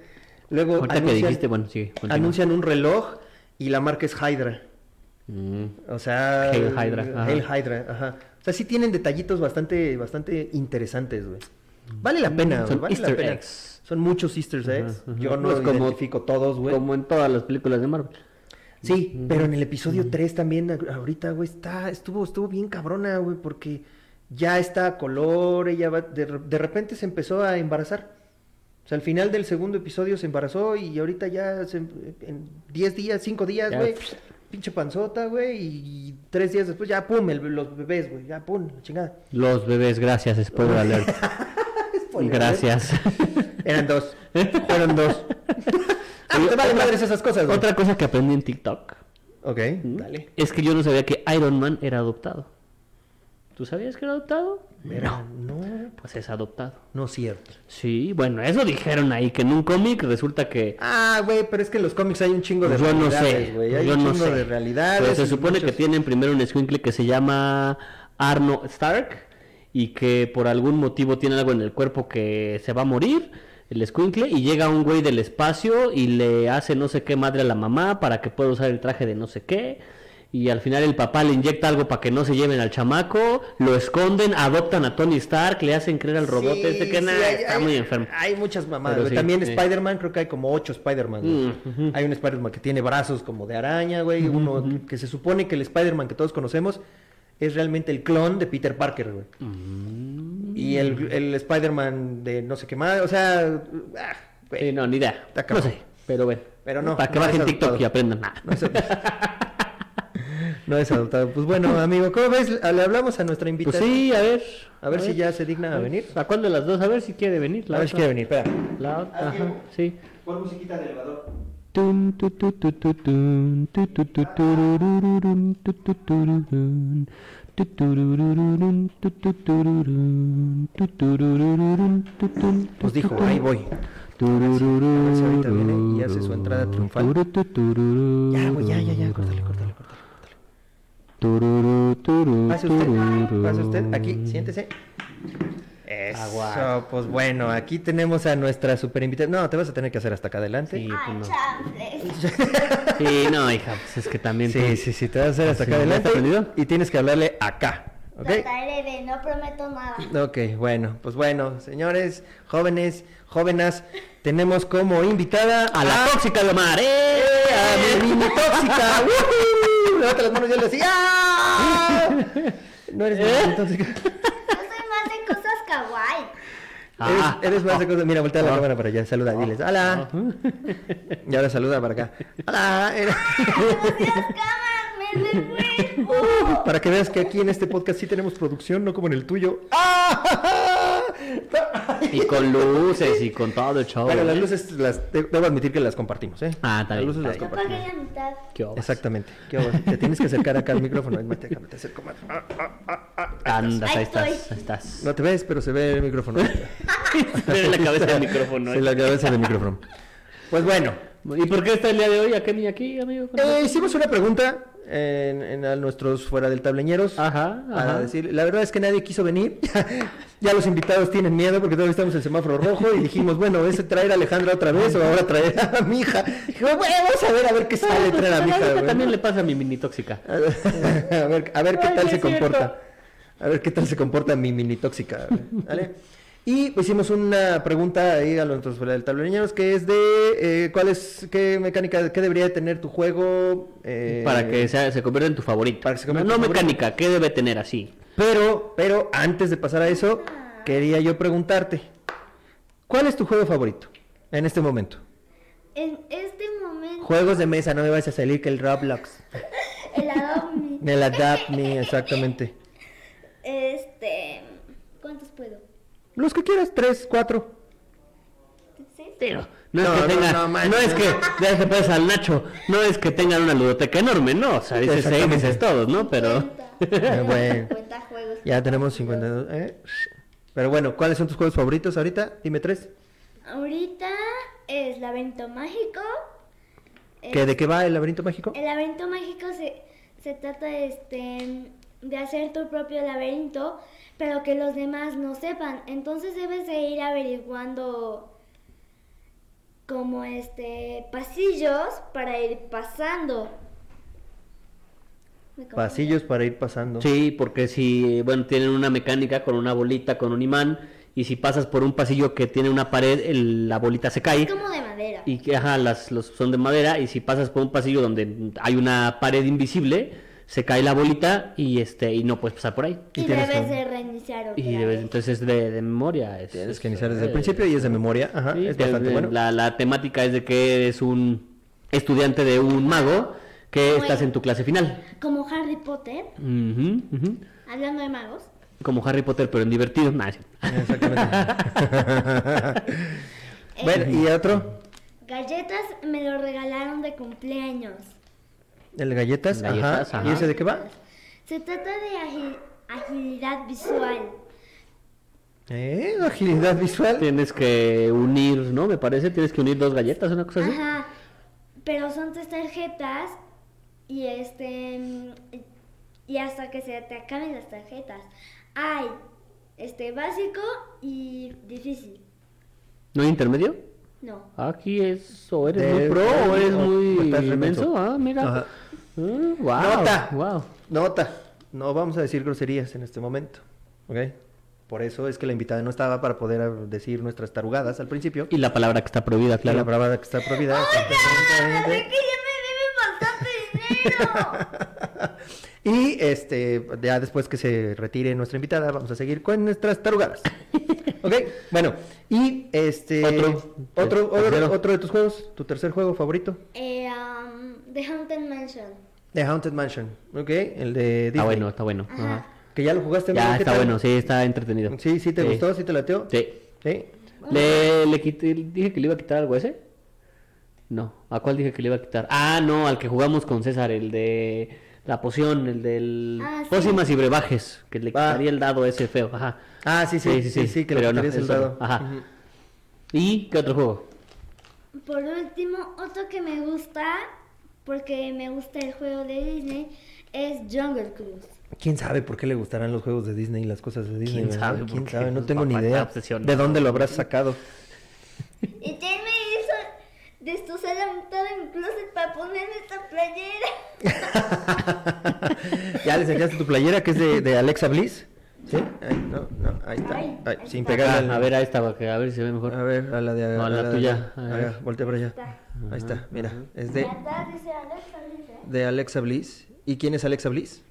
[SPEAKER 1] Luego
[SPEAKER 2] Ahorita que dijiste, bueno, sí, continúa.
[SPEAKER 1] anuncian un reloj y la marca es Hydra.
[SPEAKER 2] Mm.
[SPEAKER 1] O sea...
[SPEAKER 2] Hail Hydra, ajá.
[SPEAKER 1] Hail Hydra, ajá. O sea, sí tienen detallitos bastante, bastante interesantes, güey. Vale la pena,
[SPEAKER 2] Son
[SPEAKER 1] güey, vale la
[SPEAKER 2] easter
[SPEAKER 1] pena.
[SPEAKER 2] eggs.
[SPEAKER 1] Son muchos easter eggs.
[SPEAKER 2] Ajá, ajá.
[SPEAKER 1] Yo no
[SPEAKER 2] Es como-
[SPEAKER 1] identifico todos, Pues, güey.
[SPEAKER 2] Como en todas las películas de Marvel.
[SPEAKER 1] Sí, pero en el episodio 3 también, a- ahorita, güey, está, estuvo, estuvo bien cabrona, güey, porque ya está a color, ella va, de, re- de repente se empezó a embarazar. O sea, al final del segundo episodio se embarazó y ahorita ya se- en 10 días, 5 días,
[SPEAKER 2] Ya,
[SPEAKER 1] güey,
[SPEAKER 2] pf.
[SPEAKER 1] pinche panzota, güey, y 3 días después ya, pum, el- los bebés, güey, ya, pum, la chingada.
[SPEAKER 2] Los bebés, gracias, spoiler alert.
[SPEAKER 1] Spoiler,
[SPEAKER 2] gracias.
[SPEAKER 1] ¿eh? Eran dos, fueron dos. ah, te valen madres esas cosas, güey.
[SPEAKER 2] Otra cosa que aprendí en TikTok
[SPEAKER 1] Ok,
[SPEAKER 2] ¿m?
[SPEAKER 1] dale.
[SPEAKER 2] es que yo no sabía que Iron Man era adoptado. ¿Tú sabías que era adoptado?
[SPEAKER 1] Mira, no,
[SPEAKER 2] Pues es adoptado.
[SPEAKER 1] no es cierto.
[SPEAKER 2] Sí, bueno, eso dijeron ahí, que en un cómic resulta que...
[SPEAKER 1] Ah, güey, pero es que en los cómics hay un chingo de
[SPEAKER 2] Pues yo no sé,
[SPEAKER 1] realidades, güey. Hay
[SPEAKER 2] yo
[SPEAKER 1] un
[SPEAKER 2] no
[SPEAKER 1] chingo
[SPEAKER 2] sé.
[SPEAKER 1] de realidades.
[SPEAKER 2] Pero se
[SPEAKER 1] y
[SPEAKER 2] supone que
[SPEAKER 1] muchos-
[SPEAKER 2] tienen primero un escuincle que se llama Arno Stark y que por algún motivo tiene algo en el cuerpo que se va a morir. el escuincle, y llega un güey del espacio y le hace no sé qué madre a la mamá para que pueda usar el traje de no sé qué. Y al final el papá le inyecta algo para que no se lleven al chamaco, lo esconden, adoptan a Tony Stark, le hacen creer al robot
[SPEAKER 1] Sí,
[SPEAKER 2] este que
[SPEAKER 1] sí,
[SPEAKER 2] nada,
[SPEAKER 1] hay-
[SPEAKER 2] está
[SPEAKER 1] hay- ah,
[SPEAKER 2] muy enfermo.
[SPEAKER 1] Hay muchas mamadas.
[SPEAKER 2] Pero
[SPEAKER 1] güey.
[SPEAKER 2] sí,
[SPEAKER 1] También
[SPEAKER 2] sí. Mm,
[SPEAKER 1] Spider-Man, creo que hay como ocho Spider-Man. güey. Hay un Spider-Man que tiene brazos como de araña, güey. Uno que se supone que el Spider-Man que todos conocemos es realmente el clon de Peter Parker, güey.
[SPEAKER 2] Mm.
[SPEAKER 1] Y el, el Spider-Man de no sé qué más. O sea, ah, güey.
[SPEAKER 2] Sí, no, ni idea.
[SPEAKER 1] Está
[SPEAKER 2] No
[SPEAKER 1] cabrón.
[SPEAKER 2] sé, pero bueno.
[SPEAKER 1] Pero no,
[SPEAKER 2] Para que
[SPEAKER 1] no
[SPEAKER 2] bajen
[SPEAKER 1] es
[SPEAKER 2] TikTok
[SPEAKER 1] adoptado.
[SPEAKER 2] y aprendan nada.
[SPEAKER 1] No es, no es adoptado. Pues bueno, amigo, ¿cómo ves? Le hablamos a nuestra invitada.
[SPEAKER 2] Pues sí, a ver.
[SPEAKER 1] A ver si ya se digna a venir.
[SPEAKER 2] ¿A cuál de las dos? A ver si quiere venir.
[SPEAKER 1] A ver si
[SPEAKER 2] otra.
[SPEAKER 1] quiere venir, espera.
[SPEAKER 2] La otra,
[SPEAKER 1] Ah, sí.
[SPEAKER 2] ajá, sí.
[SPEAKER 1] Pon musiquita de elevador.
[SPEAKER 2] Tun, tu, tu, tu, tu, tun, tu, tu, tu, turururun, tu, tu, tururun, tu, turururun, tu, tu, tururun, tu, turururun, tu, tun, tu,
[SPEAKER 1] Pues dijo,
[SPEAKER 2] tu, tun.
[SPEAKER 1] ahí voy.
[SPEAKER 2] Turururun,
[SPEAKER 1] A ver si ahorita viene y hace su entrada triunfal.
[SPEAKER 2] turu, tu, tururun,
[SPEAKER 1] Ya, güey, ya, ya, ya, córtale, córtale, córtale.
[SPEAKER 2] tururu, turu,
[SPEAKER 1] Pase usted,
[SPEAKER 2] tururu.
[SPEAKER 1] pase usted, aquí, siéntese. Eso,
[SPEAKER 2] Aguas.
[SPEAKER 1] pues bueno, aquí tenemos a nuestra super invitada. No, te vas a tener que hacer hasta acá adelante.
[SPEAKER 2] Sí, pues no.
[SPEAKER 3] chanfles.
[SPEAKER 2] Sí, no, hija, pues es que también
[SPEAKER 1] sí,
[SPEAKER 2] tú-
[SPEAKER 1] sí, sí, te vas a hacer hasta
[SPEAKER 2] Sí,
[SPEAKER 1] acá
[SPEAKER 2] ¿ya
[SPEAKER 1] adelante.
[SPEAKER 2] está prendido?
[SPEAKER 1] Y tienes que hablarle acá, ¿ok?
[SPEAKER 3] Trataré de, no prometo nada.
[SPEAKER 1] Ok, bueno, pues bueno, señores, jóvenes, jóvenes, tenemos como invitada
[SPEAKER 2] A la tóxica de Omar, ¡eh!
[SPEAKER 1] Ah. ¡Eh! ¡A mi mini tóxica! ¡Woohoo! Levanta las manos y yo le decía ¡Ah! No eres
[SPEAKER 2] ¿Eh?
[SPEAKER 1] mini tóxica.
[SPEAKER 3] Yo soy más de cosas kawaii.
[SPEAKER 2] Ah.
[SPEAKER 1] Eres, eres más de cosas. Mira, voltea la
[SPEAKER 2] Ah.
[SPEAKER 1] cámara para allá. Saluda, diles. ¡Hola! Y ahora saluda para acá. ¡Hola!
[SPEAKER 3] ¡No seas cámara, me devuelvo!
[SPEAKER 1] para que veas que aquí en este podcast sí tenemos producción, no como en el tuyo. ¡Ah!
[SPEAKER 2] Y con luces y con todo el show.
[SPEAKER 1] Bueno, las
[SPEAKER 2] ¿eh?
[SPEAKER 1] luces, las, de- debo admitir que las compartimos, ¿eh?
[SPEAKER 2] Ah, está
[SPEAKER 1] Las
[SPEAKER 2] bien,
[SPEAKER 1] luces
[SPEAKER 2] está
[SPEAKER 1] las
[SPEAKER 2] bien.
[SPEAKER 3] Yo
[SPEAKER 1] compartimos.
[SPEAKER 3] pagué la mitad.
[SPEAKER 2] Qué obvio.
[SPEAKER 1] Exactamente. Qué bueno. Te tienes que acercar acá al micrófono. Ahí, Mate, déjame, te acerco más. Ah, ah, ah, ah.
[SPEAKER 2] Andas, ahí
[SPEAKER 3] Ahí estoy.
[SPEAKER 2] estás, ahí estás.
[SPEAKER 1] No te ves, pero se ve el micrófono. Se
[SPEAKER 2] Tiene la cabeza del micrófono.
[SPEAKER 1] Sí,
[SPEAKER 2] ¿eh?
[SPEAKER 1] la cabeza del micrófono. Pues bueno,
[SPEAKER 2] ¿Y por qué está el día de hoy? ¿A qué ni aquí, amigo?
[SPEAKER 1] eh, hicimos una pregunta en, en a nuestros fuera del tableñeros.
[SPEAKER 2] Ajá,
[SPEAKER 1] Para
[SPEAKER 2] ajá.
[SPEAKER 1] decir, la verdad es que nadie quiso venir. ya los invitados tienen miedo porque todavía estamos en semáforo rojo y dijimos, bueno, ¿es traer a Alejandra otra vez o ahora traer a mi hija? Dije, bueno, vamos a ver a ver qué
[SPEAKER 2] Ah,
[SPEAKER 1] sale
[SPEAKER 2] pues,
[SPEAKER 1] traer a
[SPEAKER 2] a
[SPEAKER 1] mi
[SPEAKER 2] la
[SPEAKER 1] hija.
[SPEAKER 2] hija
[SPEAKER 1] güey.
[SPEAKER 2] también le pasa a mi mini tóxica.
[SPEAKER 1] A ver, a ver qué
[SPEAKER 2] Ay,
[SPEAKER 1] tal
[SPEAKER 2] no
[SPEAKER 1] se
[SPEAKER 2] es cierto.
[SPEAKER 1] comporta. A ver qué tal se comporta mi mini tóxica. ¿vale? Y hicimos una pregunta ahí a los fuera del tableros que es de eh, cuál es, qué mecánica, qué debería de tener tu juego. eh,
[SPEAKER 2] Para que sea- se convierta en tu favorito.
[SPEAKER 1] para que se
[SPEAKER 2] no
[SPEAKER 1] convierta
[SPEAKER 2] no
[SPEAKER 1] en tu favorito.
[SPEAKER 2] mecánica, ¿qué debe tener así?
[SPEAKER 1] Pero, pero antes de pasar a eso, quería yo preguntarte, ¿cuál es tu juego favorito en este momento?
[SPEAKER 3] En este momento,
[SPEAKER 1] Juegos de mesa, no me vas a salir que el Roblox,
[SPEAKER 3] el Adobe.
[SPEAKER 1] el Adapt Me, exactamente.
[SPEAKER 3] Este. ¿Cuántos puedo?
[SPEAKER 1] Los que quieras, tres, cuatro.
[SPEAKER 3] ¿Seis?
[SPEAKER 2] Pero
[SPEAKER 1] No,
[SPEAKER 2] no,
[SPEAKER 1] no,
[SPEAKER 2] es que tenga,
[SPEAKER 1] no,
[SPEAKER 2] no,
[SPEAKER 1] manches.
[SPEAKER 2] es que, ya se pasa al Nacho, no es que tengan una ludoteca enorme, no, o sea, dices seis,
[SPEAKER 1] Exactamente.
[SPEAKER 2] dices todos, ¿no? Pero
[SPEAKER 3] 50.
[SPEAKER 1] Ah, bueno.
[SPEAKER 3] 50 juegos.
[SPEAKER 1] Ya tenemos 52. ¿eh? Pero bueno, ¿cuáles son tus juegos favoritos ahorita? Dime tres.
[SPEAKER 3] Ahorita es laberinto mágico.
[SPEAKER 1] ¿Qué, ¿De qué va el laberinto mágico?
[SPEAKER 3] El laberinto mágico se, se trata este, de hacer tu propio laberinto, pero que los demás no sepan. Entonces debes de ir averiguando como este pasillos para ir pasando. Me confundí.
[SPEAKER 1] Pasillos para ir pasando.
[SPEAKER 2] sí, porque si, bueno, tienen una mecánica con una bolita, con un imán, y si pasas por un pasillo que tiene una pared, el- la bolita se cae.
[SPEAKER 3] Es como de madera.
[SPEAKER 2] y que ajá, las los son de madera y si pasas por un pasillo donde hay una pared invisible se cae la bolita y este y no puedes pasar por ahí
[SPEAKER 3] Y,
[SPEAKER 1] y tienes
[SPEAKER 3] debes
[SPEAKER 1] que-
[SPEAKER 3] de reiniciar otra
[SPEAKER 2] y debes-
[SPEAKER 3] vez.
[SPEAKER 2] entonces es de, de memoria es,
[SPEAKER 1] Tienes
[SPEAKER 2] es-
[SPEAKER 1] que iniciar desde el
[SPEAKER 2] eh,
[SPEAKER 1] principio y es de memoria. Ajá,
[SPEAKER 2] sí,
[SPEAKER 1] Ah, es
[SPEAKER 2] de-
[SPEAKER 1] bastante
[SPEAKER 2] de-
[SPEAKER 1] bueno.
[SPEAKER 2] la, la temática es de que eres un estudiante de un mago que
[SPEAKER 3] Bueno.
[SPEAKER 2] estás en tu clase final
[SPEAKER 3] Como Harry Potter,
[SPEAKER 2] Ujú, ujú.
[SPEAKER 3] hablando de magos.
[SPEAKER 2] como Harry Potter pero en divertido Nah, sí.
[SPEAKER 1] Exactamente.
[SPEAKER 3] Eh,
[SPEAKER 1] bueno, ¿y otro?
[SPEAKER 3] Galletas me lo regalaron de cumpleaños.
[SPEAKER 1] El galletas.
[SPEAKER 2] Galletas,
[SPEAKER 1] ajá.
[SPEAKER 2] ajá.
[SPEAKER 1] ¿Y ese de qué va?
[SPEAKER 3] Se trata de agi- agilidad visual.
[SPEAKER 1] ¿Eh? Agilidad visual.
[SPEAKER 2] tienes que unir no me parece tienes que unir dos galletas una cosa así
[SPEAKER 3] Ajá. Pero son tres tarjetas y este mm, y hasta que se te acaben las tarjetas. Hay este básico y difícil.
[SPEAKER 2] ¿No hay intermedio?
[SPEAKER 3] No.
[SPEAKER 2] Aquí es, o eres
[SPEAKER 1] De-
[SPEAKER 2] muy pro o eres
[SPEAKER 1] o- o
[SPEAKER 2] muy
[SPEAKER 1] estás remenso.
[SPEAKER 2] inmenso. Ah, mira.
[SPEAKER 1] Ajá.
[SPEAKER 2] Mm, wow,
[SPEAKER 1] Nota.
[SPEAKER 2] wow.
[SPEAKER 1] Nota, no vamos a decir groserías en este momento, ¿ok? Por eso es que la invitada no estaba para poder decir nuestras tarugadas al principio.
[SPEAKER 2] Y la palabra que está prohibida,
[SPEAKER 1] Claro, la
[SPEAKER 2] claro.
[SPEAKER 1] bravada que está prohibida.
[SPEAKER 3] ¡Oigan! Es
[SPEAKER 1] exactamente.
[SPEAKER 3] que ya me deben bastante dinero.
[SPEAKER 1] Y este, ya después que se retire nuestra invitada, vamos a seguir con nuestras tarugadas. ok, bueno, y este.
[SPEAKER 2] Otro.
[SPEAKER 1] Otro, Eh,
[SPEAKER 2] Tercero.
[SPEAKER 1] otro, otro de tus juegos, tu tercer juego favorito.
[SPEAKER 3] eh, um, The Haunted Mansion.
[SPEAKER 1] The Haunted Mansion, ok, el de Disney.
[SPEAKER 2] Está bueno, está bueno.
[SPEAKER 3] Ajá.
[SPEAKER 2] Ajá.
[SPEAKER 1] Que ya lo jugaste
[SPEAKER 2] Ya
[SPEAKER 1] amigo, ¿qué
[SPEAKER 2] está
[SPEAKER 1] tal?
[SPEAKER 2] bueno, sí, está entretenido.
[SPEAKER 1] Sí, sí, te gustó, sí te lateó.
[SPEAKER 2] Sí.
[SPEAKER 1] Sí.
[SPEAKER 2] Le, le quité- dije que le iba a quitar algo a ese. No, ¿a cuál dije que le iba a quitar? Ah, no, al que jugamos con César, el de la poción, el del
[SPEAKER 3] Ah, sí.
[SPEAKER 2] pócimas y brebajes, que le
[SPEAKER 1] Ah.
[SPEAKER 2] quitaría el dado ese feo, ajá.
[SPEAKER 1] Ah, sí, sí, sí, sí, que lo
[SPEAKER 2] pero no,
[SPEAKER 1] quitarías el
[SPEAKER 2] eso no,
[SPEAKER 1] dado.
[SPEAKER 2] Ajá.
[SPEAKER 1] Ujú.
[SPEAKER 2] ¿Y qué otro juego?
[SPEAKER 3] Por último, otro que me gusta, porque me gusta el juego de Disney, es Jungle Cruise.
[SPEAKER 1] ¿Quién sabe por qué le gustarán los juegos de Disney y las cosas de Disney?
[SPEAKER 2] ¿Quién
[SPEAKER 1] verdad?
[SPEAKER 2] sabe por
[SPEAKER 1] ¿Quién
[SPEAKER 2] qué?
[SPEAKER 1] sabe? No
[SPEAKER 2] Pues,
[SPEAKER 1] tengo ni
[SPEAKER 2] papá,
[SPEAKER 1] idea
[SPEAKER 2] está obsesionado.
[SPEAKER 1] de dónde lo habrás sacado.
[SPEAKER 3] Y Jen me hizo destrozar la mitad de mi closet para ponerme esta playera.
[SPEAKER 1] ¿Ya le sacaste tu playera que es de, de Alexa Bliss? ¿Sí? Ay, no, no, ahí está.
[SPEAKER 3] Ay,
[SPEAKER 1] Ay,
[SPEAKER 3] ahí
[SPEAKER 1] sin
[SPEAKER 3] está.
[SPEAKER 1] pegarle. al-
[SPEAKER 2] Ah, a ver, a esta, que a ver si se ve mejor.
[SPEAKER 1] a ver, a la de...
[SPEAKER 2] No, a la
[SPEAKER 1] de-
[SPEAKER 2] tuya, a
[SPEAKER 1] Ah,
[SPEAKER 2] ver.
[SPEAKER 1] voltea para allá.
[SPEAKER 3] Está.
[SPEAKER 1] Ahí está, mira. Es de,
[SPEAKER 3] Ya está, dice ¿eh? Alexa, dice,
[SPEAKER 1] de Alexa Bliss. ¿Y quién es Alexa Bliss?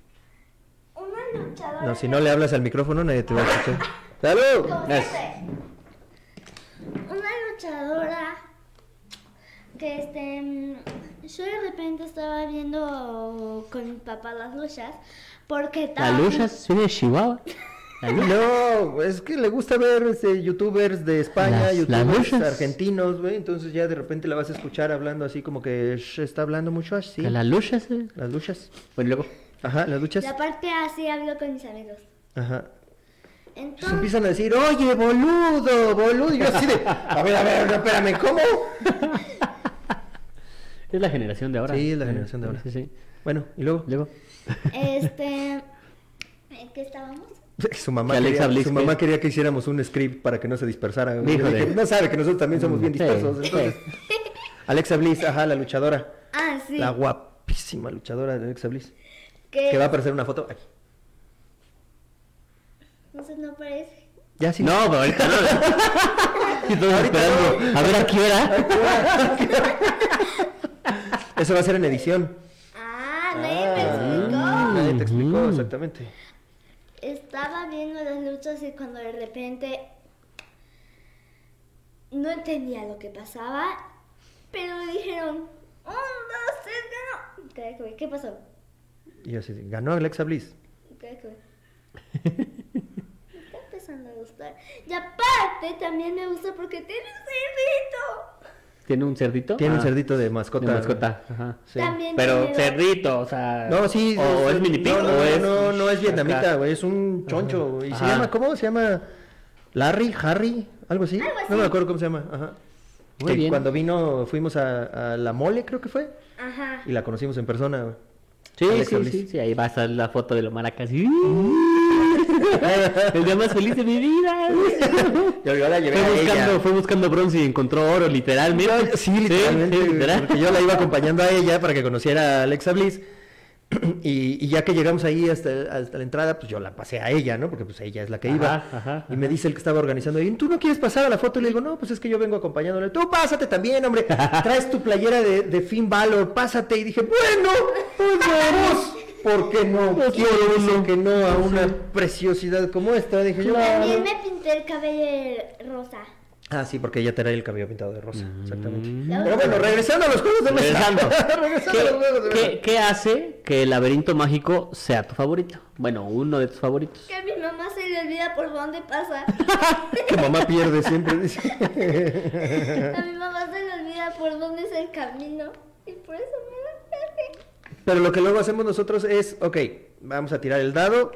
[SPEAKER 3] Una luchadora.
[SPEAKER 1] No, si no le hablas al micrófono nadie te va a escuchar. ¡Salud!
[SPEAKER 3] Como
[SPEAKER 1] Gracias.
[SPEAKER 3] siempre. Una luchadora que este mm, yo de repente estaba viendo con mi papá las luchas porque
[SPEAKER 2] La
[SPEAKER 3] estaba
[SPEAKER 2] lucha se de Chihuahua. La lucha.
[SPEAKER 1] No, es que le gusta ver este, youtubers de España,
[SPEAKER 2] Las- las
[SPEAKER 1] youtubers
[SPEAKER 2] luchas.
[SPEAKER 1] argentinos, güey. Entonces ya de repente la vas a escuchar hablando así como que "Sh, está hablando mucho así.
[SPEAKER 2] La lucha se...
[SPEAKER 1] Las luchas.
[SPEAKER 2] Bueno, luego...
[SPEAKER 1] Ajá, las luchas.
[SPEAKER 3] y aparte así hablo con mis amigos.
[SPEAKER 1] Ajá. Entonces
[SPEAKER 3] Entonces
[SPEAKER 1] Pues empiezan a decir, oye, boludo, boludo. Y yo así de, a ver, a ver, no, espérame, ¿cómo?
[SPEAKER 2] Es la generación de ahora.
[SPEAKER 1] Sí, es la generación de ahora.
[SPEAKER 2] Sí, sí.
[SPEAKER 1] Bueno, y luego.
[SPEAKER 2] Luego...
[SPEAKER 3] este ¿en qué estábamos?
[SPEAKER 1] Su mamá,
[SPEAKER 2] Que Alexa
[SPEAKER 1] quería,
[SPEAKER 2] Bliss,
[SPEAKER 1] su mamá
[SPEAKER 2] ¿qué?
[SPEAKER 1] quería que hiciéramos un script para que no se dispersara. güey. Yo
[SPEAKER 2] Híjole.
[SPEAKER 1] dije, no sabe que nosotros también somos bien
[SPEAKER 2] Sí,
[SPEAKER 1] dispersos.
[SPEAKER 2] Mm, sí.
[SPEAKER 1] Entonces, Alexa Bliss, ajá, la luchadora.
[SPEAKER 3] Ah, sí.
[SPEAKER 1] La guapísima luchadora de Alexa Bliss.
[SPEAKER 3] que
[SPEAKER 1] Que va a aparecer una foto. Ay,
[SPEAKER 3] entonces no parece.
[SPEAKER 1] Ya sí.
[SPEAKER 2] No, pero ahorita no. Y todos esperando. A ver a qué hora.
[SPEAKER 1] Eso va a ser en edición.
[SPEAKER 3] Ah, nadie
[SPEAKER 1] Ah,
[SPEAKER 3] me explicó.
[SPEAKER 1] Nadie te explicó,
[SPEAKER 2] Mm.
[SPEAKER 1] exactamente.
[SPEAKER 3] Estaba viendo las luchas y cuando de repente no entendía lo que pasaba, pero me dijeron, "Oh, un, dos, tres, ganó. Cada que voy, ¿Qué pasó?
[SPEAKER 1] Y yo así, de, ganó Alexa Bliss.
[SPEAKER 3] Cada que voy. Me está empezando a gustar. Y aparte también me gusta porque tiene un cerdito.
[SPEAKER 2] ¿Tiene un cerdito?
[SPEAKER 1] Tiene un
[SPEAKER 2] Ah,
[SPEAKER 1] cerdito de mascota.
[SPEAKER 2] De mascota. Ajá.
[SPEAKER 1] Sí.
[SPEAKER 3] También
[SPEAKER 2] Pero
[SPEAKER 3] tiene-
[SPEAKER 2] cerdito, o sea.
[SPEAKER 1] No, sí.
[SPEAKER 2] O es, mini pig
[SPEAKER 1] no, no,
[SPEAKER 2] o es.
[SPEAKER 1] No, no es vietnamita,
[SPEAKER 2] acá.
[SPEAKER 1] güey. Es un choncho. güey. Y se
[SPEAKER 2] Ajá.
[SPEAKER 1] llama, ¿cómo se llama? Larry, Harry, algo así.
[SPEAKER 3] Algo
[SPEAKER 1] No me
[SPEAKER 3] así.
[SPEAKER 1] acuerdo cómo se llama. Ajá.
[SPEAKER 2] Muy
[SPEAKER 1] Que
[SPEAKER 2] bien.
[SPEAKER 1] Cuando vino, fuimos a, a La Mole, creo que fue.
[SPEAKER 3] Ajá.
[SPEAKER 1] Y la conocimos en persona, güey.
[SPEAKER 2] Sí,
[SPEAKER 1] Alexa
[SPEAKER 2] sí,
[SPEAKER 1] Bliss.
[SPEAKER 2] sí, sí, ahí va a estar la foto de lo maracas. El día más feliz de mi vida.
[SPEAKER 1] Yo, yo la llevé
[SPEAKER 2] Fue
[SPEAKER 1] a ella.
[SPEAKER 2] buscando, fue buscando bronce y encontró oro, literalmente.
[SPEAKER 1] Yo- sí, literalmente.
[SPEAKER 2] Sí,
[SPEAKER 1] güey,
[SPEAKER 2] literal.
[SPEAKER 1] Porque yo la iba acompañando a ella para que conociera a Alexa Bliss. Y, y ya que llegamos ahí hasta, hasta la entrada, pues yo la pasé a ella, ¿no? Porque pues ella es la que iba.
[SPEAKER 2] Ajá, ajá,
[SPEAKER 1] y me dice el que estaba organizando, "Oye, ¿tú no quieres pasar a la foto? Y le digo, no, pues es que yo vengo acompañándole. Tú pásate también, hombre. Traes tu playera de, de Finn Balor, pásate. Y dije, bueno, pues vamos. ¿Por qué no?
[SPEAKER 2] Pues,
[SPEAKER 1] ¿Quién dice que no a una preciosidad como esta? Dije yo.
[SPEAKER 3] También me pinté el cabello rosa.
[SPEAKER 1] Ah, sí, porque ella trae el cabello pintado de rosa, exactamente.
[SPEAKER 3] La
[SPEAKER 1] Pero
[SPEAKER 3] otra-
[SPEAKER 1] bueno, regresando a los juegos de mesa.
[SPEAKER 2] Regresando.
[SPEAKER 1] Mm. Regresando a los juegos de
[SPEAKER 2] ¿Qué,
[SPEAKER 1] mesa.
[SPEAKER 2] qué, qué hace que el laberinto mágico sea tu favorito? Bueno, uno de tus favoritos.
[SPEAKER 3] Que a mi mamá se le olvida por dónde pasa.
[SPEAKER 1] Que mamá pierde siempre, dice.
[SPEAKER 3] A mi mamá se le olvida por dónde es el camino y por eso me la pierde.
[SPEAKER 1] Pero lo que luego hacemos nosotros es, ok, vamos a tirar el dado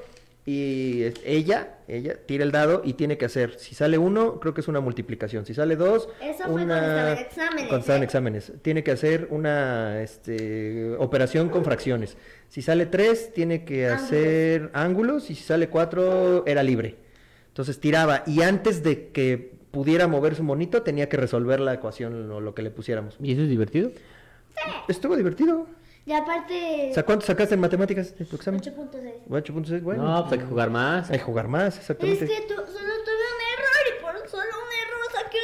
[SPEAKER 1] y es- ella, ella tira el dado y tiene que hacer, si sale uno, creo que es una multiplicación, si sale dos,
[SPEAKER 3] Eso fue cuando
[SPEAKER 1] una...
[SPEAKER 3] estaban en exámenes,
[SPEAKER 1] cuando estaban
[SPEAKER 3] ¿eh?
[SPEAKER 1] exámenes. Tiene que hacer una este, operación con fracciones. Si sale tres, tiene que
[SPEAKER 3] Ángulos.
[SPEAKER 1] hacer ángulos y si sale cuatro, era libre. Entonces tiraba y antes de que pudiera mover su monito, tenía que resolver la ecuación o lo que le pusiéramos.
[SPEAKER 2] ¿Y eso es divertido?
[SPEAKER 1] Estuvo divertido.
[SPEAKER 3] Y aparte,
[SPEAKER 1] O sea, ¿cuánto sacaste en matemáticas de tu examen?
[SPEAKER 3] 8.6.
[SPEAKER 1] 8.6, bueno.
[SPEAKER 2] No, pues hay que jugar más.
[SPEAKER 1] Hay que jugar más,
[SPEAKER 3] Es
[SPEAKER 1] exactamente.
[SPEAKER 3] que tu- solo tuve un error y por solo un error saqué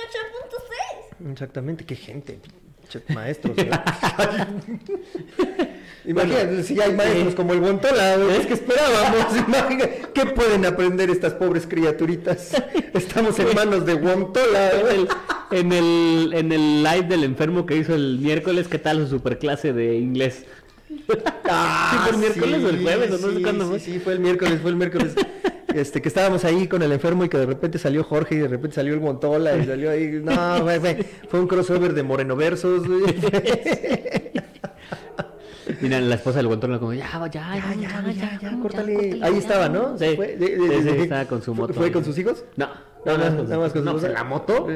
[SPEAKER 3] 8.6.
[SPEAKER 1] Exactamente, qué gente. pinche Maestros, ¿no? Imagínate, si
[SPEAKER 2] eh,
[SPEAKER 1] ya hay maestros como el Bontola, ¿no? es que esperábamos. Imagínate, ¿qué pueden aprender estas pobres criaturitas? Estamos en manos de Bontola.
[SPEAKER 2] En
[SPEAKER 1] ¿no?
[SPEAKER 2] el, en, el, en el live del enfermo que hizo el miércoles, ¿qué tal su superclase de inglés?
[SPEAKER 1] Ah,
[SPEAKER 2] ¿Sí fue el miércoles o el jueves? o no sé
[SPEAKER 1] sí,
[SPEAKER 2] cuándo
[SPEAKER 1] sí,
[SPEAKER 2] fue.
[SPEAKER 1] sí, fue el miércoles, fue el miércoles. Este, que estábamos ahí con el enfermo y que de repente salió Jorge y de repente salió el Montola y salió ahí. No, güey, güey, fue un crossover de Moreno Versos. güey.
[SPEAKER 2] Mira, la esposa del guantón como, ya, ya, ya,
[SPEAKER 1] Ya, ya,
[SPEAKER 2] ya, ya, ya,
[SPEAKER 1] córtale.
[SPEAKER 2] córtale,
[SPEAKER 1] ahí
[SPEAKER 2] ya.
[SPEAKER 1] estaba, ¿no?
[SPEAKER 2] Sí,
[SPEAKER 1] Fue,
[SPEAKER 2] Sí, sí, estaba con su
[SPEAKER 1] ¿Fue-
[SPEAKER 2] moto.
[SPEAKER 1] ¿Fue con sus hijos?
[SPEAKER 2] No,
[SPEAKER 1] No, nada más, con
[SPEAKER 2] no,
[SPEAKER 1] sus
[SPEAKER 2] pues,
[SPEAKER 1] hijos.
[SPEAKER 2] la moto.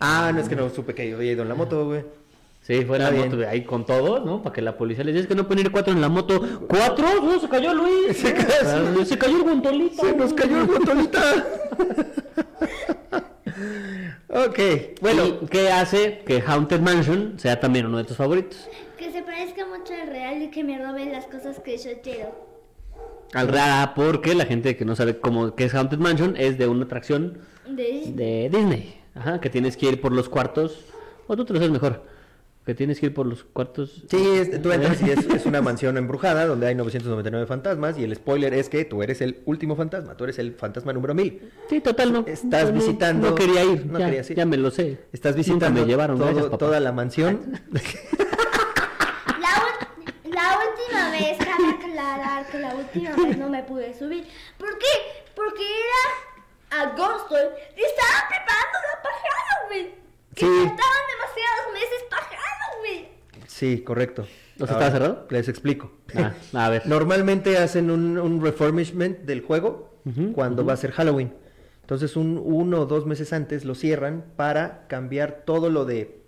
[SPEAKER 1] Ah, no, es que no supe que había ido en la moto, güey.
[SPEAKER 2] Sí, fue la
[SPEAKER 1] Está
[SPEAKER 2] moto
[SPEAKER 1] bien.
[SPEAKER 2] ahí con todo, ¿no? Para que la policía les diga, es que no pueden ir cuatro en la moto. ¿Cuatro? No, se cayó Luis.
[SPEAKER 1] Se cayó-
[SPEAKER 2] Ah, se cayó el guantolito.
[SPEAKER 1] Se nos cayó el Montolita. ok, bueno.
[SPEAKER 2] Bueno, ¿qué hace que Haunted Mansion sea también uno de tus favoritos?
[SPEAKER 3] Que se parezca mucho al real y que me roben las cosas que yo quiero.
[SPEAKER 2] Al rara, porque la gente que no sabe cómo qué es Haunted Mansion es de una atracción
[SPEAKER 3] De...
[SPEAKER 2] de Disney. Ajá, que tienes que ir por los cuartos. O tú te lo sabes mejor. Que tienes que ir por los cuartos.
[SPEAKER 1] Sí, es- tú entras y es, es una mansión embrujada donde hay 999 fantasmas y el spoiler es que tú eres el último fantasma, tú eres el fantasma número 1000.
[SPEAKER 2] Sí, total, no.
[SPEAKER 1] Estás
[SPEAKER 2] no- no-
[SPEAKER 1] visitando-
[SPEAKER 2] No quería ir.
[SPEAKER 1] no
[SPEAKER 2] ya,
[SPEAKER 1] querías ir.
[SPEAKER 2] ya me lo sé.
[SPEAKER 1] Estás
[SPEAKER 2] Nunca
[SPEAKER 1] visitando
[SPEAKER 2] me llevaron.
[SPEAKER 1] todo-
[SPEAKER 2] gracias, papá.
[SPEAKER 1] toda la mansión.
[SPEAKER 3] La, ul- la última vez, cabe aclarar que la última vez no me pude subir. ¿Por qué? Porque era agosto y estaban preparando la pajada, güey. Que
[SPEAKER 1] Sí.
[SPEAKER 3] faltaban demasiados meses pajada, güey.
[SPEAKER 1] Sí, correcto.
[SPEAKER 2] ¿O sea, estaba cerrado?
[SPEAKER 1] Les explico.
[SPEAKER 2] Ah, a ver.
[SPEAKER 1] Normalmente hacen un, un reformishment del juego
[SPEAKER 2] Ujú,
[SPEAKER 1] cuando va a ser Halloween. Entonces, un uno o dos meses antes lo cierran para cambiar todo lo de,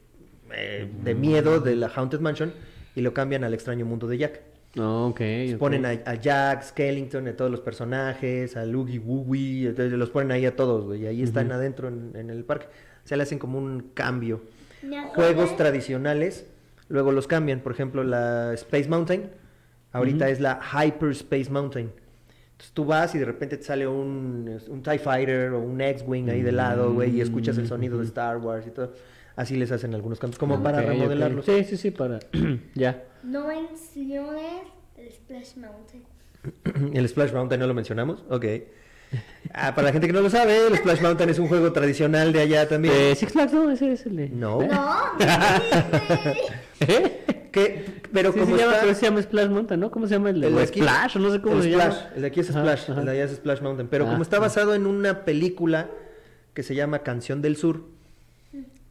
[SPEAKER 1] eh, de
[SPEAKER 2] Mm.
[SPEAKER 1] miedo de la Haunted Mansion y lo cambian al extraño mundo de Jack.
[SPEAKER 2] No, ok. ok.
[SPEAKER 1] Ponen a, a Jack, Skellington, a todos los personajes, a Loogie Woogie, entonces los ponen ahí a todos, güey, y ahí están adentro en, en el parque. O sea, le hacen como un cambio.
[SPEAKER 3] Me acordé-
[SPEAKER 1] Juegos tradicionales, luego los cambian, por ejemplo, la Space Mountain, ahorita es la Hyperspace Mountain. Entonces tú vas y de repente te sale un, un TIE Fighter o un X-Wing ahí de lado, güey, y escuchas el sonido de Star Wars y todo. Así les hacen algunos cambios, como para
[SPEAKER 2] Ah, Ok, ok.
[SPEAKER 1] remodelarlos.
[SPEAKER 2] Sí, sí, sí, para. ya.
[SPEAKER 3] No menciones el Splash Mountain.
[SPEAKER 1] El Splash Mountain no lo mencionamos, ok. Ah, para la gente que no lo sabe, el Splash Mountain es un juego tradicional de allá también.
[SPEAKER 2] Eh, Six Flags, no, ese es el de.
[SPEAKER 1] No.
[SPEAKER 3] No, Disney.
[SPEAKER 2] ¿Eh?
[SPEAKER 1] Que- pero
[SPEAKER 2] Sí,
[SPEAKER 1] como
[SPEAKER 2] se llama,
[SPEAKER 1] está-
[SPEAKER 2] pero se llama Splash Mountain, ¿no? ¿Cómo se llama el de?
[SPEAKER 1] el
[SPEAKER 2] o
[SPEAKER 1] de aquí-
[SPEAKER 2] Splash, o no sé cómo
[SPEAKER 1] el
[SPEAKER 2] se
[SPEAKER 1] Splash,
[SPEAKER 2] llama.
[SPEAKER 1] El de aquí es
[SPEAKER 2] Ajá,
[SPEAKER 1] Splash,
[SPEAKER 2] ajá.
[SPEAKER 1] el de allá es Splash Mountain. Pero
[SPEAKER 2] Ah,
[SPEAKER 1] como está
[SPEAKER 2] ajá.
[SPEAKER 1] basado en una película que se llama Canción del Sur,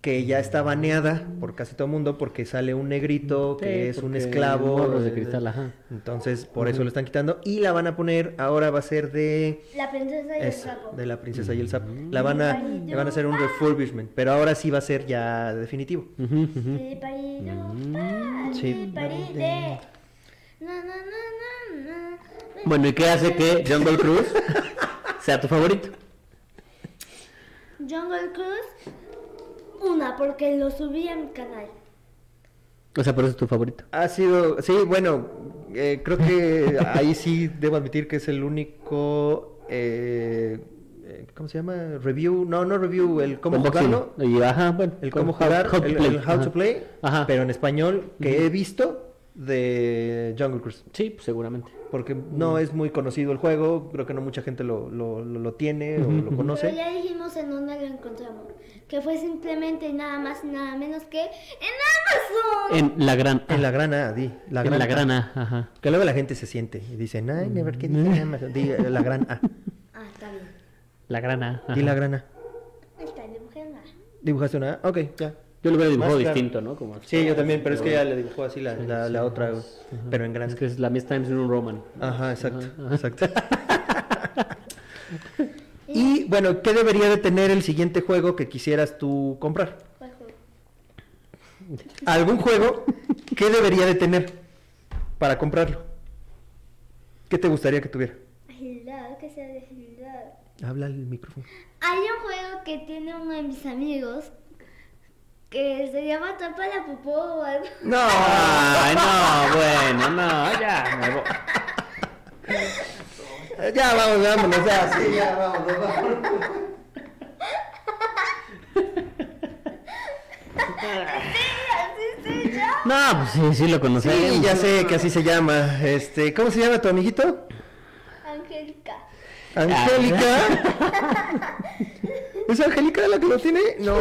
[SPEAKER 1] que ya está baneada por casi todo el mundo porque sale un negrito que
[SPEAKER 2] Sí,
[SPEAKER 1] es un
[SPEAKER 2] porque
[SPEAKER 1] esclavo.
[SPEAKER 2] morros de
[SPEAKER 1] eh,
[SPEAKER 2] cristal, ajá.
[SPEAKER 1] Entonces, por eso lo están quitando. Y la van a poner, ahora va a ser de...
[SPEAKER 3] La princesa y el
[SPEAKER 1] Esa,
[SPEAKER 3] sapo.
[SPEAKER 1] de la princesa y el sapo. La van a,
[SPEAKER 3] Ay,
[SPEAKER 1] le van a hacer un
[SPEAKER 3] yo-
[SPEAKER 1] refurbishment, pero ahora sí va a ser ya definitivo.
[SPEAKER 2] Ujú, ujú.
[SPEAKER 3] Sí, parido, pa,
[SPEAKER 1] sí.
[SPEAKER 3] sí, paride. Na, na, na, na, na.
[SPEAKER 2] Bueno, ¿y qué hace que Jungle Cruise sea tu favorito?
[SPEAKER 3] Jungle Cruise, una, porque lo subí a mi canal.
[SPEAKER 2] O sea, pero ese es tu favorito.
[SPEAKER 1] Ha sido, sí, bueno, eh, creo que ahí sí debo admitir que es el único, eh, eh, ¿cómo se llama? Review, no, no review, el cómo
[SPEAKER 2] Unboxing.
[SPEAKER 1] jugarlo,
[SPEAKER 2] Y, ajá, bueno,
[SPEAKER 1] el
[SPEAKER 2] con-
[SPEAKER 1] cómo jugar,
[SPEAKER 2] how to
[SPEAKER 1] el,
[SPEAKER 2] play,
[SPEAKER 1] el how
[SPEAKER 2] ajá.
[SPEAKER 1] to play,
[SPEAKER 2] Ajá.
[SPEAKER 1] pero en español que he visto de Jungle Cruise.
[SPEAKER 2] Sí, pues, seguramente.
[SPEAKER 1] Porque no es muy conocido el juego, creo que no mucha gente lo, lo, lo- lo tiene o lo conoce.
[SPEAKER 3] Pero ya dijimos en dónde lo encontramos. Que fue simplemente nada más y nada menos que en Amazon.
[SPEAKER 2] En la gran.
[SPEAKER 1] En la grana, di. La
[SPEAKER 2] en
[SPEAKER 1] gran
[SPEAKER 2] la
[SPEAKER 1] A.
[SPEAKER 2] grana, ajá.
[SPEAKER 1] Que luego la gente se siente y dicen, ay, never que dice Amazon. Di eh, la gran A.
[SPEAKER 3] Ah, está bien.
[SPEAKER 2] La grana.
[SPEAKER 1] Di la grana.
[SPEAKER 3] Está dibujando.
[SPEAKER 1] ¿Dibujaste una A? Ok, ya.
[SPEAKER 2] Yo lo hubiera dibujado
[SPEAKER 1] Más claro.
[SPEAKER 2] distinto, ¿no? Como...
[SPEAKER 1] Sí, yo también, pero es que ya le dibujó así la, la, la otra, güey.
[SPEAKER 2] Ajá.
[SPEAKER 1] pero en
[SPEAKER 2] Es
[SPEAKER 1] grande.
[SPEAKER 2] que es la Miss Times New Roman.
[SPEAKER 1] Ajá, exacto, exacto. y bueno, ¿qué debería de tener el siguiente juego que quisieras tú comprar?
[SPEAKER 3] ¿Cuál juego?
[SPEAKER 1] algún juego, ¿qué debería de tener para comprarlo? ¿Qué te gustaría que tuviera?
[SPEAKER 3] Agilidad, que sea de agilidad.
[SPEAKER 1] Habla el micrófono.
[SPEAKER 3] Hay un juego que tiene uno de mis amigos que se llama Tapa la Popó o algo.
[SPEAKER 1] No.
[SPEAKER 2] Ay, no, bueno, no, ya. me voy.
[SPEAKER 1] Ya vamos, vámonos, ya, sí, ya vámonos, vámonos.
[SPEAKER 3] Así se llama.
[SPEAKER 2] No, pues sí, sí lo conocemos.
[SPEAKER 1] Sí, ya sé que así se llama. Este, ¿cómo se llama tu amiguito?
[SPEAKER 3] Angélica.
[SPEAKER 2] Ah,
[SPEAKER 1] Angélica. ¿Es Angélica la que lo tiene? No.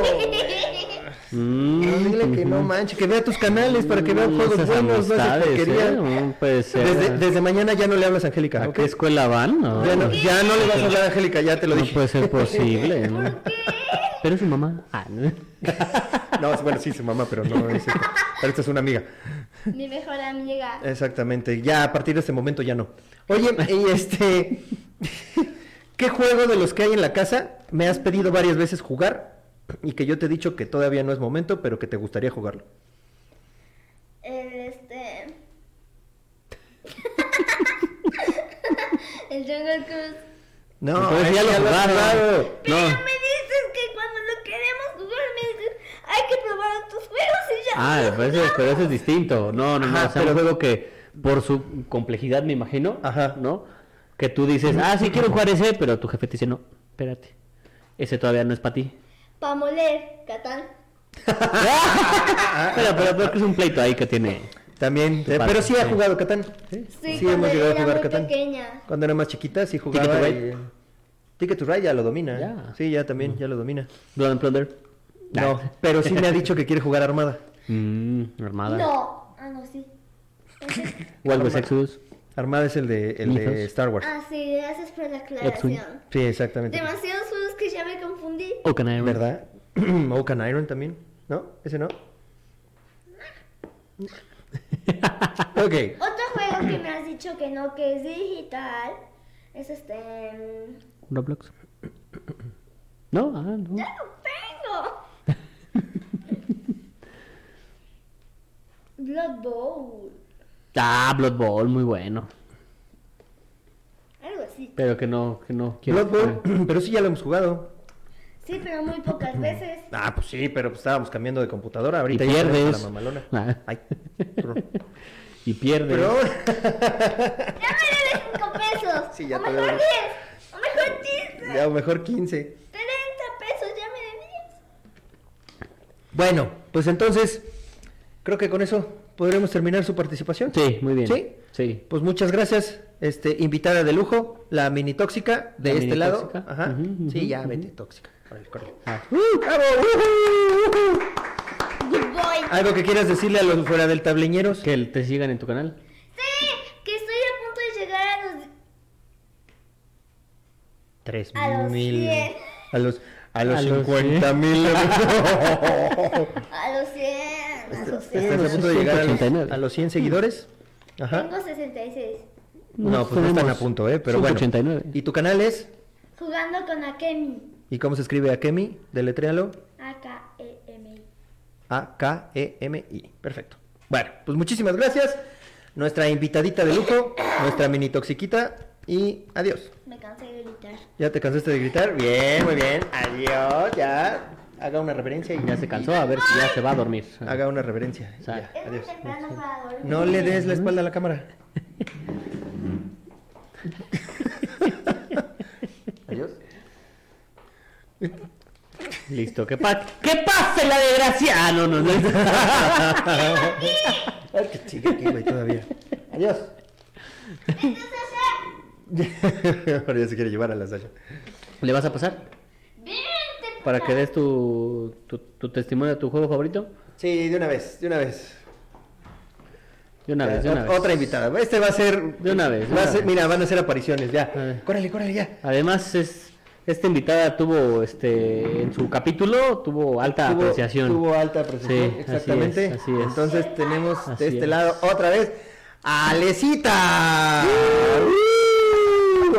[SPEAKER 2] Mm,
[SPEAKER 1] No, dile que no manches, que vea tus canales para que vea
[SPEAKER 2] no
[SPEAKER 1] juegos
[SPEAKER 2] esas
[SPEAKER 1] buenos, no esas
[SPEAKER 2] amistades, ¿eh?
[SPEAKER 1] porquerías.
[SPEAKER 2] No puede ser.
[SPEAKER 1] Desde, desde mañana ya no le hablas a Angélica,
[SPEAKER 2] ¿A
[SPEAKER 1] ¿ok?
[SPEAKER 2] qué escuela van? No,
[SPEAKER 1] Ya no, ya no le vas a hablar a Angélica, ya te lo
[SPEAKER 2] no
[SPEAKER 1] dije.
[SPEAKER 2] puede ser posible. ¿no?
[SPEAKER 3] ¿Por qué?
[SPEAKER 2] Pero su mamá. Ah, no.
[SPEAKER 1] No, bueno, sí, su mamá, pero no es... Pero esta es una amiga.
[SPEAKER 3] Mi mejor amiga.
[SPEAKER 1] Exactamente, ya a partir de este momento ya no. Oye, y este, ¿qué juego de los que hay en la casa me has pedido varias veces jugar y que yo te he dicho que todavía no es momento, pero que te gustaría jugarlo?
[SPEAKER 3] El este. El Jungle Cruise.
[SPEAKER 1] No,
[SPEAKER 2] Entonces
[SPEAKER 1] ese
[SPEAKER 2] ya lo
[SPEAKER 1] has
[SPEAKER 2] jugaron.
[SPEAKER 1] jugado.
[SPEAKER 3] Pero
[SPEAKER 2] No.
[SPEAKER 3] me dices que cuando lo queremos jugar me dices, hay que probar otros juegos y ya.
[SPEAKER 2] Ah,
[SPEAKER 3] lo
[SPEAKER 2] pero eso, pero eso es
[SPEAKER 3] jugamos".
[SPEAKER 2] distinto. No, no, no.
[SPEAKER 1] Ajá,
[SPEAKER 2] o sea, un
[SPEAKER 1] pero-
[SPEAKER 2] juego que por su complejidad, me imagino,
[SPEAKER 1] Ajá.
[SPEAKER 2] ¿no? Que tú dices, ah, sí quiero jugar ese, pero tu jefe te dice, no, espérate. Ese todavía no es para ti.
[SPEAKER 3] Pa' moler, Catán.
[SPEAKER 2] pero, pero, pero que es un pleito ahí que tiene.
[SPEAKER 1] También, eh, pero sí ha
[SPEAKER 2] Sí.
[SPEAKER 1] jugado Catán.
[SPEAKER 3] Sí,
[SPEAKER 1] Sí,
[SPEAKER 3] cuando
[SPEAKER 1] hemos llegado a
[SPEAKER 3] era
[SPEAKER 1] jugar
[SPEAKER 3] muy
[SPEAKER 1] Catán.
[SPEAKER 3] pequeña.
[SPEAKER 1] Cuando era más chiquita sí jugaba.
[SPEAKER 2] Ticket to
[SPEAKER 1] y,
[SPEAKER 2] Ride.
[SPEAKER 1] eh, Ticket to Ride ya lo domina. ¿eh?
[SPEAKER 2] Ya.
[SPEAKER 1] Sí, ya también, ya lo domina.
[SPEAKER 2] Blood and Plunder.
[SPEAKER 1] No, pero sí me ha dicho que quiere jugar Armada.
[SPEAKER 2] Mmm,
[SPEAKER 1] Mm,
[SPEAKER 2] armada.
[SPEAKER 3] No. Ah, no, sí.
[SPEAKER 2] Wild West
[SPEAKER 1] Armada.
[SPEAKER 2] Exodus.
[SPEAKER 1] Armada es el de, el de
[SPEAKER 2] Ninjas.
[SPEAKER 1] Star Wars.
[SPEAKER 3] Ah, sí, gracias por la aclaración.
[SPEAKER 1] Sí, exactamente.
[SPEAKER 3] Demasiados juegos que ya me confundí.
[SPEAKER 2] O Can I Run.
[SPEAKER 1] ¿Verdad? Oak and Iron también. ¿No? ¿Ese no? ok.
[SPEAKER 3] Otro juego que me has dicho que no, que es digital, es este... mm,
[SPEAKER 2] Roblox. No, ah, no.
[SPEAKER 3] ¡Ya lo tengo! Blood Bowl,
[SPEAKER 2] Ah, Blood Bowl, muy bueno.
[SPEAKER 3] algo así.
[SPEAKER 2] Pero que no, que no quiero.
[SPEAKER 1] Blood
[SPEAKER 2] Ah.
[SPEAKER 1] Bowl, pero sí ya lo hemos jugado.
[SPEAKER 3] Sí, pero muy pocas veces.
[SPEAKER 1] Ah, pues sí, pero pues estábamos cambiando de computadora.
[SPEAKER 2] Y
[SPEAKER 1] Ahorita ya tenemos a
[SPEAKER 2] pierdes.
[SPEAKER 1] la mamalona.
[SPEAKER 2] Ah,
[SPEAKER 1] Ay. Pero,
[SPEAKER 2] y pierdes.
[SPEAKER 1] pero-
[SPEAKER 3] ¡Ya me debes 5 pesos!
[SPEAKER 1] Sí, ya
[SPEAKER 3] ¡O
[SPEAKER 1] te
[SPEAKER 3] mejor
[SPEAKER 1] debo.
[SPEAKER 3] 10!
[SPEAKER 1] a lo
[SPEAKER 3] ¡O mejor 15!
[SPEAKER 1] mejor 15.
[SPEAKER 3] ¡30 pesos! ¡Ya me debes!
[SPEAKER 1] Bueno, pues entonces, creo que con eso podremos terminar su participación.
[SPEAKER 2] Sí, muy bien.
[SPEAKER 1] ¿Sí?
[SPEAKER 2] Sí.
[SPEAKER 1] Pues muchas gracias, este, invitada de lujo, la mini tóxica de
[SPEAKER 2] La
[SPEAKER 1] este
[SPEAKER 2] mini
[SPEAKER 1] lado.
[SPEAKER 2] tóxica.
[SPEAKER 1] Ajá.
[SPEAKER 2] Ujú, ujú,
[SPEAKER 1] sí, ya,
[SPEAKER 2] ujú.
[SPEAKER 1] vete, tóxica. Órale, corre.
[SPEAKER 2] Ah.
[SPEAKER 1] ¡Uh, bravo! ¡Ujú, ujú!
[SPEAKER 3] ¡Good boy!
[SPEAKER 1] ¿Algo que quieras decirle a los fuera del tableñeros?
[SPEAKER 2] Que el- te sigan en tu canal.
[SPEAKER 3] ¡Sí! Que estoy a punto de llegar a los...
[SPEAKER 1] Tres
[SPEAKER 3] A los
[SPEAKER 1] mil.
[SPEAKER 3] cien.
[SPEAKER 1] A los, a los
[SPEAKER 2] A los
[SPEAKER 1] cincuenta mil.
[SPEAKER 3] A los 100. A los 100.
[SPEAKER 1] Estás a punto de llegar a los,
[SPEAKER 2] 189.
[SPEAKER 1] a los 100 seguidores. este, Ajá.
[SPEAKER 3] Tengo 66.
[SPEAKER 1] No, pues no están a punto, ¿eh? Pero bueno.
[SPEAKER 2] 89.
[SPEAKER 1] ¿Y tu canal es?
[SPEAKER 3] Jugando con Akemi. E
[SPEAKER 1] ¿Y cómo se escribe Akemi? Deletréalo.
[SPEAKER 3] A-K-E-M-I.
[SPEAKER 1] A-K-E-M-I. E Perfecto. Bueno, pues muchísimas gracias. Nuestra invitadita de lujo, nuestra mini toxiquita. Y adiós.
[SPEAKER 3] Me cansé de gritar.
[SPEAKER 1] ¿Ya te cansaste de gritar? Bien, muy bien. Adiós, ya. Haga una reverencia y
[SPEAKER 2] Ya se cansó, a ver si ya se va a dormir. Ah,
[SPEAKER 1] Haga una reverencia.
[SPEAKER 2] Sal.
[SPEAKER 1] Ya,
[SPEAKER 3] Es muy
[SPEAKER 1] adiós.
[SPEAKER 3] temprano para dormir.
[SPEAKER 1] No le des la espalda a la cámara. Adiós.
[SPEAKER 2] Listo, que pase. ¡Que pase la desgracia! Ah, no, no, no.
[SPEAKER 1] Es que sigue aquí, güey, todavía. Adiós.
[SPEAKER 3] Entonces, Sasha,
[SPEAKER 1] Ahora ya se quiere llevar a la Sasha.
[SPEAKER 2] ¿Le vas a pasar?
[SPEAKER 3] vente,
[SPEAKER 2] Para
[SPEAKER 3] puta.
[SPEAKER 2] que des tu, tu, tu testimonio de tu juego favorito.
[SPEAKER 1] Sí, de una vez, de una vez.
[SPEAKER 2] De una vez, de
[SPEAKER 1] Ot-
[SPEAKER 2] una vez.
[SPEAKER 1] Otra invitada. Este va a ser.
[SPEAKER 2] De una vez, de
[SPEAKER 1] va a
[SPEAKER 2] una
[SPEAKER 1] ser-
[SPEAKER 2] vez.
[SPEAKER 1] Mira, van a ser apariciones,
[SPEAKER 2] A
[SPEAKER 1] ya.
[SPEAKER 2] ver.
[SPEAKER 1] Córrele, córrele, ya.
[SPEAKER 2] Además, es, esta invitada tuvo, este, en su capítulo, tuvo alta
[SPEAKER 1] Tuvo-
[SPEAKER 2] apreciación.
[SPEAKER 1] Tuvo alta apreciación,
[SPEAKER 2] Sí, así
[SPEAKER 1] exactamente.
[SPEAKER 2] es, así es.
[SPEAKER 1] Entonces tenemos
[SPEAKER 2] Así
[SPEAKER 1] de este
[SPEAKER 2] es.
[SPEAKER 1] lado otra vez a Alecita. ¡Uh!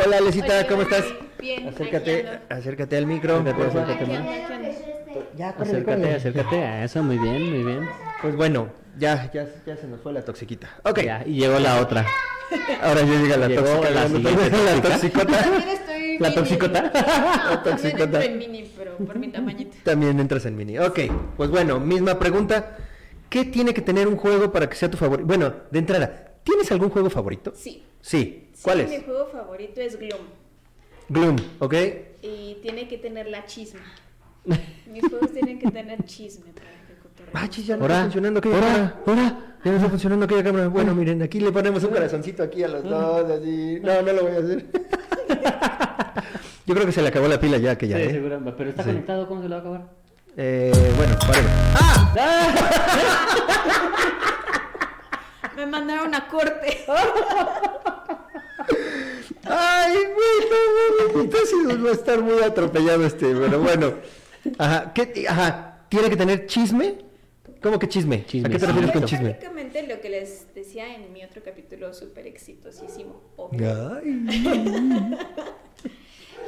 [SPEAKER 1] Hola Alecita,
[SPEAKER 4] Oye,
[SPEAKER 1] ¿cómo
[SPEAKER 4] hola,
[SPEAKER 1] estás?
[SPEAKER 4] Bien, aquí
[SPEAKER 1] Acércate,
[SPEAKER 4] ando.
[SPEAKER 1] acércate al micro.
[SPEAKER 2] Acércate,
[SPEAKER 1] por favor.
[SPEAKER 2] acércate.
[SPEAKER 3] Ay,
[SPEAKER 2] que
[SPEAKER 3] ya
[SPEAKER 2] más.
[SPEAKER 3] veo que es este.
[SPEAKER 1] Ya, córrele,
[SPEAKER 2] Acércate,
[SPEAKER 1] córrele.
[SPEAKER 2] acércate a eso, muy bien, muy bien.
[SPEAKER 1] Pues bueno, ya, ya, ya se nos fue la toxiquita. Ok.
[SPEAKER 2] Ya, y llegó la otra.
[SPEAKER 1] Ahora sí llega la
[SPEAKER 2] Llegó
[SPEAKER 1] tóxica.
[SPEAKER 2] la
[SPEAKER 1] hablando
[SPEAKER 2] siguiente
[SPEAKER 1] también de la
[SPEAKER 2] tóxica.
[SPEAKER 1] toxicota.
[SPEAKER 4] También estoy soy
[SPEAKER 2] ¿La
[SPEAKER 4] mini.
[SPEAKER 2] toxicota?
[SPEAKER 4] No, también
[SPEAKER 1] toxicota.
[SPEAKER 4] entro en mini, pero por mi tamañito.
[SPEAKER 1] También entras en mini. Ok, pues bueno, misma pregunta. ¿Qué tiene que tener un juego para que sea tu favorito? Bueno, de entrada, ¿tienes algún juego favorito?
[SPEAKER 4] Sí.
[SPEAKER 1] Sí.
[SPEAKER 4] Sí,
[SPEAKER 1] ¿Cuál
[SPEAKER 4] Mi
[SPEAKER 1] es?
[SPEAKER 4] juego favorito es Gloom.
[SPEAKER 1] Gloom, ¿ok?
[SPEAKER 4] Y tiene que tener la chisma. Mis juegos tienen que tener chisme para que cotorreen.
[SPEAKER 1] Ah, chis, ya no
[SPEAKER 2] Ahora,
[SPEAKER 1] está funcionando aquella
[SPEAKER 2] ahora,
[SPEAKER 1] cámara.
[SPEAKER 2] ahora.
[SPEAKER 1] Ya no está funcionando aquella cámara. Bueno, miren, aquí le ponemos un corazoncito aquí a los dos, así. No, no lo voy a hacer. Yo creo que se le acabó la pila ya aquella,
[SPEAKER 2] Sí,
[SPEAKER 1] ¿eh?
[SPEAKER 2] seguro, pero está
[SPEAKER 1] Sí.
[SPEAKER 2] conectado, ¿cómo se lo va a acabar?
[SPEAKER 1] Eh, bueno, párale. ¡Ah!
[SPEAKER 4] Me mandaron a corte.
[SPEAKER 1] ¡Ay, güey! No, mames, entonces va a estar muy atropellado este, pero bueno. Ajá, ¿qué, ajá, ¿tiene que tener chisme? ¿Cómo que chisme?
[SPEAKER 2] Chisme,
[SPEAKER 1] ¿A qué te
[SPEAKER 2] sí.
[SPEAKER 1] refieres
[SPEAKER 4] Es
[SPEAKER 1] con chisme?
[SPEAKER 4] prácticamente lo que les decía en mi otro capítulo súper exitosísimo. obvio.
[SPEAKER 1] Ay.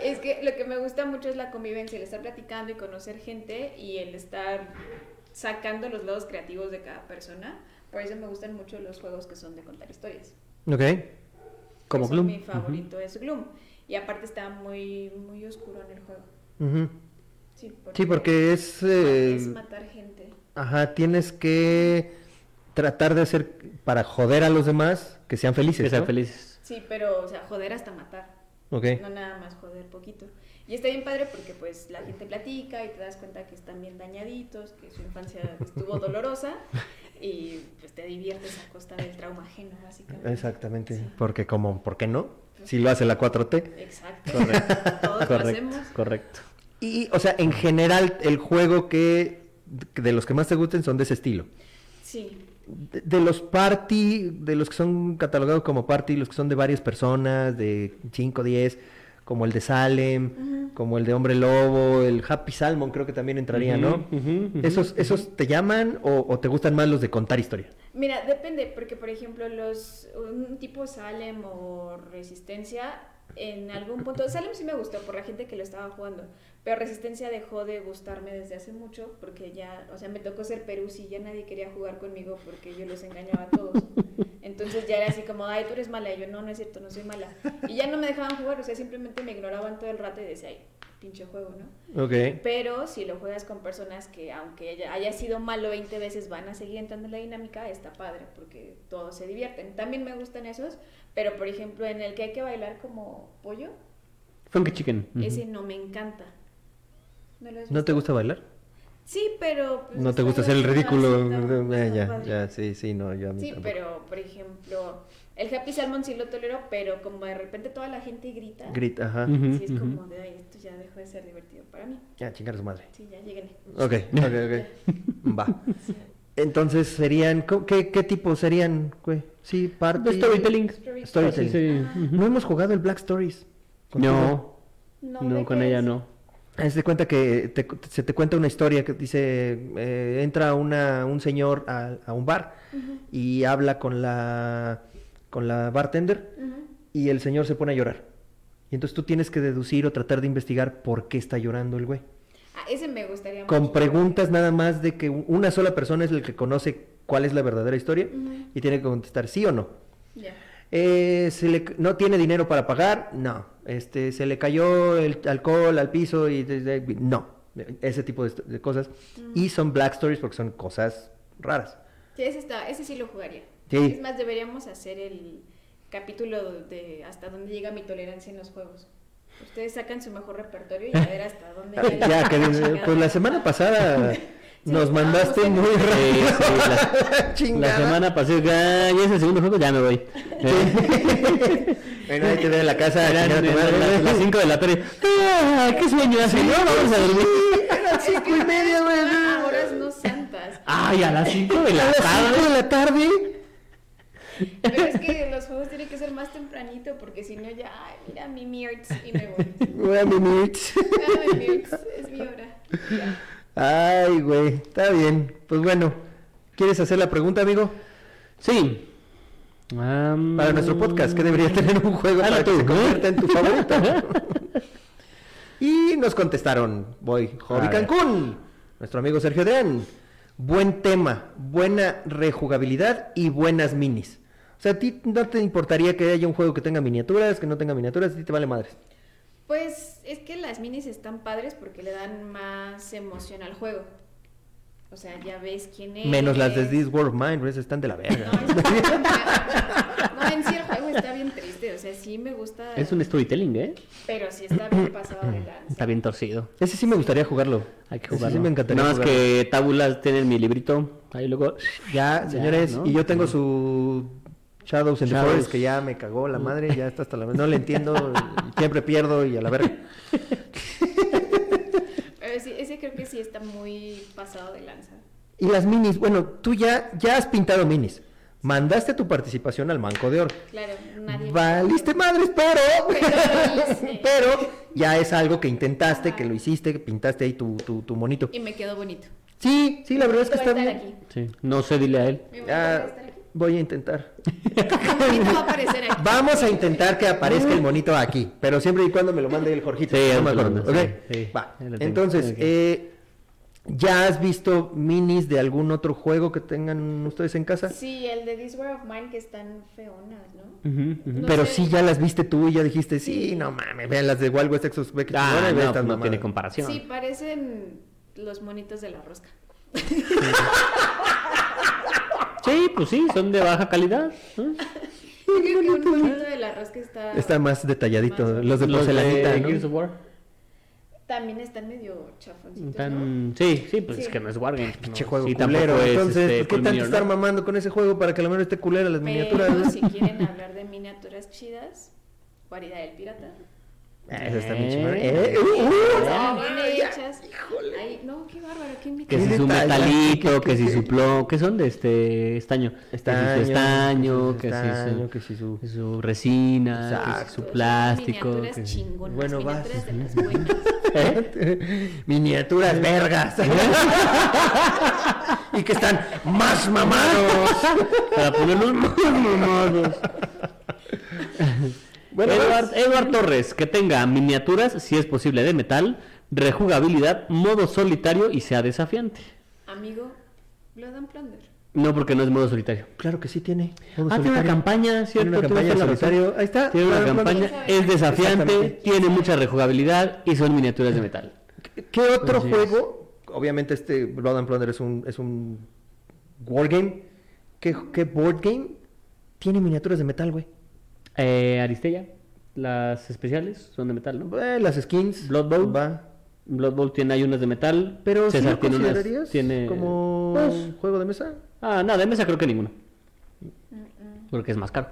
[SPEAKER 4] Es que lo que me gusta mucho es la convivencia, el estar platicando y conocer gente y el estar sacando los lados creativos de cada persona. Por eso me gustan mucho los juegos que son de contar historias.
[SPEAKER 1] Ok.
[SPEAKER 2] Como
[SPEAKER 4] Eso,
[SPEAKER 2] Gloom.
[SPEAKER 4] Mi favorito es Gloom. Y aparte está muy, muy oscuro en el juego.
[SPEAKER 1] Ujú.
[SPEAKER 4] Sí, porque,
[SPEAKER 1] Sí, porque es... eh,
[SPEAKER 4] es matar gente.
[SPEAKER 1] Ajá, tienes que tratar de hacer para joder a los demás que sean felices.
[SPEAKER 2] Que sean
[SPEAKER 1] ¿no?
[SPEAKER 2] felices.
[SPEAKER 4] Sí, pero, o sea, joder hasta matar.
[SPEAKER 1] Ok.
[SPEAKER 4] No nada más joder poquito. Y está bien padre porque pues la gente platica y te das cuenta que están bien dañaditos, que su infancia estuvo dolorosa y pues te diviertes a costa del trauma ajeno, básicamente.
[SPEAKER 1] Exactamente.
[SPEAKER 4] Sí,
[SPEAKER 1] Porque como, ¿por qué no? Si lo hace la 4T.
[SPEAKER 4] Exacto.
[SPEAKER 2] Correcto.
[SPEAKER 4] Todos lo
[SPEAKER 2] correcto,
[SPEAKER 4] hacemos.
[SPEAKER 2] correcto.
[SPEAKER 1] Y, o sea, en general, el juego que de los que más te gusten son de ese estilo.
[SPEAKER 4] Sí.
[SPEAKER 1] De, de los party, de los que son catalogados como party, los que son de varias personas, de 5, 10, como el de Salem, como el de Hombre Lobo, el Happy Salmon creo que también entraría,
[SPEAKER 2] Ujú,
[SPEAKER 1] ¿no?
[SPEAKER 2] ujú, ujú.
[SPEAKER 1] ¿Esos, ¿Esos te llaman o, o te gustan más los de contar historia?
[SPEAKER 4] Mira, depende, porque por ejemplo, los un tipo Salem o Resistencia, en algún punto, Salem sí me gustó por la gente que lo estaba jugando, pero Resistencia dejó de gustarme desde hace mucho, porque ya, o sea, me tocó ser Perú y ya nadie quería jugar conmigo porque yo los engañaba a todos. Entonces ya era así como, ay, tú eres mala, y yo no, no es cierto, no soy mala. Y ya no me dejaban jugar, o sea, simplemente me ignoraban todo el rato y decía, ay, pinche juego, ¿no?
[SPEAKER 1] Ok.
[SPEAKER 4] Pero si lo juegas con personas que, aunque haya, haya sido malo 20 veces, van a seguir entrando en la dinámica, está padre, porque todos se divierten. También me gustan esos, pero por ejemplo, en el que hay que bailar como pollo,
[SPEAKER 2] Funky Chicken. ujú.
[SPEAKER 4] ese no me encanta. ¿No, lo has
[SPEAKER 1] ¿No te
[SPEAKER 4] visto?
[SPEAKER 1] gusta bailar?
[SPEAKER 4] Sí, pero. pues,
[SPEAKER 1] ¿No te
[SPEAKER 4] está
[SPEAKER 1] gusta hacer el
[SPEAKER 4] bien,
[SPEAKER 1] ridículo?
[SPEAKER 4] no, sí, no,
[SPEAKER 1] Ah,
[SPEAKER 4] está
[SPEAKER 1] ya,
[SPEAKER 4] padre.
[SPEAKER 1] ya, sí, sí, no, yo a mí
[SPEAKER 4] Sí,
[SPEAKER 1] tampoco.
[SPEAKER 4] pero por ejemplo, el Happy Salmon sí lo tolero, pero como de repente toda la gente grita,
[SPEAKER 1] Grita, ajá.
[SPEAKER 2] Ujú,
[SPEAKER 4] sí es
[SPEAKER 2] ujú.
[SPEAKER 4] como de, ay, esto ya dejó de ser divertido para mí.
[SPEAKER 1] Ya, chingar a su madre.
[SPEAKER 4] Sí, ya lleguen.
[SPEAKER 1] Ok, ok, ok. Va. Entonces serían, ¿co- ¿qué, qué tipo serían, güey? Sí,
[SPEAKER 2] De
[SPEAKER 1] party.
[SPEAKER 2] Storytelling.
[SPEAKER 1] Storytelling.
[SPEAKER 2] Sí,
[SPEAKER 4] Ah.
[SPEAKER 2] sí. Ujú.
[SPEAKER 1] No hemos jugado el Black Stories.
[SPEAKER 2] No,
[SPEAKER 4] ¿de
[SPEAKER 2] no, con
[SPEAKER 4] qué
[SPEAKER 2] ella
[SPEAKER 4] es?
[SPEAKER 2] no.
[SPEAKER 1] Haz de cuenta que te- se te cuenta una historia que dice, eh, entra una, un señor a, a un bar y habla con la, con la bartender
[SPEAKER 4] Ujú.
[SPEAKER 1] y el señor se pone a llorar. Y entonces tú tienes que deducir o tratar de investigar por qué está llorando el güey.
[SPEAKER 4] Ah, ese me gustaría
[SPEAKER 1] Con
[SPEAKER 4] mucho.
[SPEAKER 1] preguntas nada más de que una sola persona es el que conoce cuál es la verdadera historia
[SPEAKER 4] Ujú.
[SPEAKER 1] y tiene que contestar sí o no.
[SPEAKER 4] Ya.
[SPEAKER 1] Eh, se le- no tiene dinero para pagar, no. Este, se le cayó el alcohol al piso y de- de- no. Ese tipo de, de cosas. Y son black stories porque son cosas raras.
[SPEAKER 4] Sí, ese, está, ese sí lo jugaría.
[SPEAKER 1] Sí.
[SPEAKER 4] Es más, deberíamos hacer el capítulo de hasta dónde llega mi tolerancia en los juegos. Ustedes sacan su mejor repertorio y a ver hasta dónde llega. Ah,
[SPEAKER 1] ya, que
[SPEAKER 4] Chingada.
[SPEAKER 1] pues la semana pasada eh, nos
[SPEAKER 4] estábamos
[SPEAKER 1] mandaste
[SPEAKER 4] en-
[SPEAKER 1] muy
[SPEAKER 4] Sí,
[SPEAKER 1] rápido.
[SPEAKER 2] La
[SPEAKER 1] Chingada.
[SPEAKER 2] semana pasada, ya, ya es el segundo juego, ya me voy. Eh.
[SPEAKER 1] Bueno, ahí te veo en la casa.
[SPEAKER 2] Eran
[SPEAKER 1] chingar a tu madre.
[SPEAKER 2] las- las 5 de la tarde. ¡Ah, ¡Qué sueño hace! No, vamos a dormir.
[SPEAKER 1] Eran las cinco y media, güey.
[SPEAKER 4] Ah, horas no santas.
[SPEAKER 2] ¡Ay, a las 5 de
[SPEAKER 1] A
[SPEAKER 2] la
[SPEAKER 1] las cinco
[SPEAKER 2] tarde!
[SPEAKER 1] de la tarde.
[SPEAKER 4] Pero es que los juegos tienen que ser más tempranito porque si no ya, ay, mira mi Mirtz y me voy.
[SPEAKER 1] Voy a mimir.
[SPEAKER 4] Ah, mi Mirtz, es mi hora. Ya.
[SPEAKER 1] Ay, güey, está bien. Pues bueno, ¿quieres hacer la pregunta, amigo?
[SPEAKER 2] Sí. Am-
[SPEAKER 1] Para nuestro podcast, que debería tener un juego
[SPEAKER 2] Hazlo
[SPEAKER 1] para que
[SPEAKER 2] tú,
[SPEAKER 1] se
[SPEAKER 2] Ah, ¿no?
[SPEAKER 1] convierta en tu favorito. y nos contestaron, voy, Hobby
[SPEAKER 2] A ver.
[SPEAKER 1] Cancún, nuestro amigo Sergio Adrián. Buen tema, buena rejugabilidad y buenas minis. O sea, a ti no te importaría que haya un juego que tenga miniaturas, que no tenga miniaturas, a ti te vale madres.
[SPEAKER 4] Pues es que las minis están padres porque le dan más emoción al juego. O sea, ya ves quién es.
[SPEAKER 1] Menos las de This World of Mine, esas están de la verga.
[SPEAKER 4] No, es- no, en sí el juego está bien triste. O sea, sí me gusta.
[SPEAKER 2] Es un storytelling, ¿eh?
[SPEAKER 4] Pero sí está bien pasado de lanza.
[SPEAKER 2] Está bien torcido.
[SPEAKER 1] Ese sí me gustaría jugarlo.
[SPEAKER 2] Hay que
[SPEAKER 1] Ese
[SPEAKER 2] jugarlo.
[SPEAKER 1] sí me encantaría
[SPEAKER 2] Nada más
[SPEAKER 1] jugarlo.
[SPEAKER 2] que Tabulas tiene mi librito. Ahí luego.
[SPEAKER 1] Ya, señores,
[SPEAKER 2] ¿no?
[SPEAKER 1] y yo tengo su Shadows and the
[SPEAKER 2] Shadows.
[SPEAKER 1] Forest que ya me cagó la madre, ya está hasta la no le entiendo, siempre pierdo y a la verga.
[SPEAKER 4] Pero sí, ese creo que sí está muy pasado de lanza.
[SPEAKER 1] Y las minis, bueno, tú ya ya has pintado minis. Mandaste tu participación al Manco de Oro.
[SPEAKER 4] Claro, nadie.
[SPEAKER 1] Valiste madres, pero
[SPEAKER 4] Pero lo hice.
[SPEAKER 1] pero ya es algo que intentaste, que lo hiciste, que pintaste ahí tu tu, tu monito.
[SPEAKER 4] Y me quedó bonito.
[SPEAKER 1] Sí, sí, la verdad es que
[SPEAKER 4] Va a
[SPEAKER 1] está
[SPEAKER 4] estar
[SPEAKER 1] bien. Ah.
[SPEAKER 4] aquí.
[SPEAKER 2] Sí. No sé, dile a él.
[SPEAKER 4] Mi bonito va
[SPEAKER 1] Ya
[SPEAKER 4] a estar aquí.
[SPEAKER 1] voy a intentar.
[SPEAKER 4] Mi bonito va a aparecer Mm. aquí.
[SPEAKER 1] Vamos a intentar que aparezca el monito aquí, pero siempre y cuando me lo mande el Jorgito.
[SPEAKER 2] Sí,
[SPEAKER 1] no
[SPEAKER 2] ahí
[SPEAKER 1] me
[SPEAKER 2] te lo
[SPEAKER 1] acuerdo.
[SPEAKER 2] mando,
[SPEAKER 1] Ok,
[SPEAKER 2] sí, sí.
[SPEAKER 1] va.
[SPEAKER 2] Ahí lo tengo.
[SPEAKER 1] Entonces,
[SPEAKER 2] Ok.
[SPEAKER 1] eh, ¿ya has visto minis de algún otro juego que tengan ustedes en casa?
[SPEAKER 4] Sí, el de This War of Mine que están feonas, ¿no?
[SPEAKER 2] Ujú, ujú.
[SPEAKER 4] No
[SPEAKER 1] pero
[SPEAKER 4] sé.
[SPEAKER 1] sí, ya las viste tú y ya dijiste, sí, no mames, vean las de Wild West Exos, ve que chingona
[SPEAKER 2] Ah,
[SPEAKER 1] y ve
[SPEAKER 2] no,
[SPEAKER 1] estas
[SPEAKER 2] no
[SPEAKER 1] mamadas".
[SPEAKER 2] tiene comparación.
[SPEAKER 4] Sí, parecen los monitos de la rosca.
[SPEAKER 2] Sí, pues sí, son de baja calidad. ¿no?
[SPEAKER 4] Yo creo que un monito de la rosca está...
[SPEAKER 1] Está más detalladito,
[SPEAKER 4] Más-
[SPEAKER 1] los de porcelanita, ¿no?
[SPEAKER 2] Gears of War.
[SPEAKER 4] También están medio chafoncitos, ¿no?
[SPEAKER 2] Tan- Sí, sí, pues
[SPEAKER 4] Sí.
[SPEAKER 2] es que no es Wargame. No,
[SPEAKER 1] Pinche juego
[SPEAKER 2] sí, tampoco
[SPEAKER 1] culero.
[SPEAKER 2] es,
[SPEAKER 1] Entonces,
[SPEAKER 2] este,
[SPEAKER 1] ¿por ¿qué
[SPEAKER 2] Full
[SPEAKER 1] tanto
[SPEAKER 2] Mirror,
[SPEAKER 1] estar
[SPEAKER 2] ¿no?
[SPEAKER 1] mamando con ese juego para que a la menor esté culera las miniaturas?
[SPEAKER 4] Pero
[SPEAKER 1] no?
[SPEAKER 4] si quieren hablar de miniaturas chidas, Guarida del Pirata.
[SPEAKER 1] Ah, Eso está bien chingón.
[SPEAKER 2] Eh.
[SPEAKER 1] Eh, uh, uh,
[SPEAKER 4] Están bien
[SPEAKER 1] ya.
[SPEAKER 4] hechas. Ay, no, qué bárbaro, qué
[SPEAKER 2] Que si
[SPEAKER 1] ¿Qué
[SPEAKER 2] su
[SPEAKER 1] detalle?
[SPEAKER 2] metalito,
[SPEAKER 1] ¿Qué-
[SPEAKER 2] que si
[SPEAKER 1] qué-
[SPEAKER 2] su plomo, que son de este estaño.
[SPEAKER 1] Este
[SPEAKER 2] que si su estaño, que si
[SPEAKER 1] estaño,
[SPEAKER 2] su,
[SPEAKER 1] que si su-
[SPEAKER 2] que su resina, que si su
[SPEAKER 1] Exacto.
[SPEAKER 2] plástico.
[SPEAKER 4] Miniaturas
[SPEAKER 2] que si-
[SPEAKER 4] chingonas,
[SPEAKER 1] Bueno, vas.
[SPEAKER 4] miniaturas de las buenas.
[SPEAKER 1] Miniaturas vergas. y que están más mamados.
[SPEAKER 2] Para ponerlos mamados.
[SPEAKER 1] Bueno, pues,
[SPEAKER 2] Edward,
[SPEAKER 1] vas.
[SPEAKER 2] Edward Torres, que tenga miniaturas, si es posible, de metal, rejugabilidad, modo solitario y sea desafiante.
[SPEAKER 4] Amigo, Blood and Plunder.
[SPEAKER 2] No, porque no es modo solitario.
[SPEAKER 1] Claro que sí tiene. Modo
[SPEAKER 2] Ah, tiene una
[SPEAKER 1] solitario.
[SPEAKER 2] campaña,
[SPEAKER 1] Tiene
[SPEAKER 2] ¿cierto?
[SPEAKER 1] una campaña
[SPEAKER 2] Tienes
[SPEAKER 1] de
[SPEAKER 2] toda la
[SPEAKER 1] solitario.
[SPEAKER 2] razón.
[SPEAKER 1] Ahí está.
[SPEAKER 2] Tiene una
[SPEAKER 1] Bueno, bueno.
[SPEAKER 2] campaña, es desafiante,
[SPEAKER 1] Exactamente.
[SPEAKER 2] tiene mucha rejugabilidad y son miniaturas de metal.
[SPEAKER 1] ¿Qué otro
[SPEAKER 2] Así es.
[SPEAKER 1] juego? Obviamente este Blood and Plunder es un, es un wargame. ¿Qué, ¿Qué board game tiene miniaturas de metal, güey?
[SPEAKER 2] Eh, Aristella, las especiales son de metal, ¿no?
[SPEAKER 1] Eh, las skins.
[SPEAKER 2] Blood Bowl.
[SPEAKER 1] Va.
[SPEAKER 2] Blood Bowl tiene, hay unas de metal.
[SPEAKER 1] Pero si
[SPEAKER 2] César
[SPEAKER 1] lo considerarías
[SPEAKER 2] tiene-
[SPEAKER 1] como
[SPEAKER 2] Pues,
[SPEAKER 1] juego de mesa.
[SPEAKER 2] ah, no, de mesa creo que ninguno. Porque es más caro.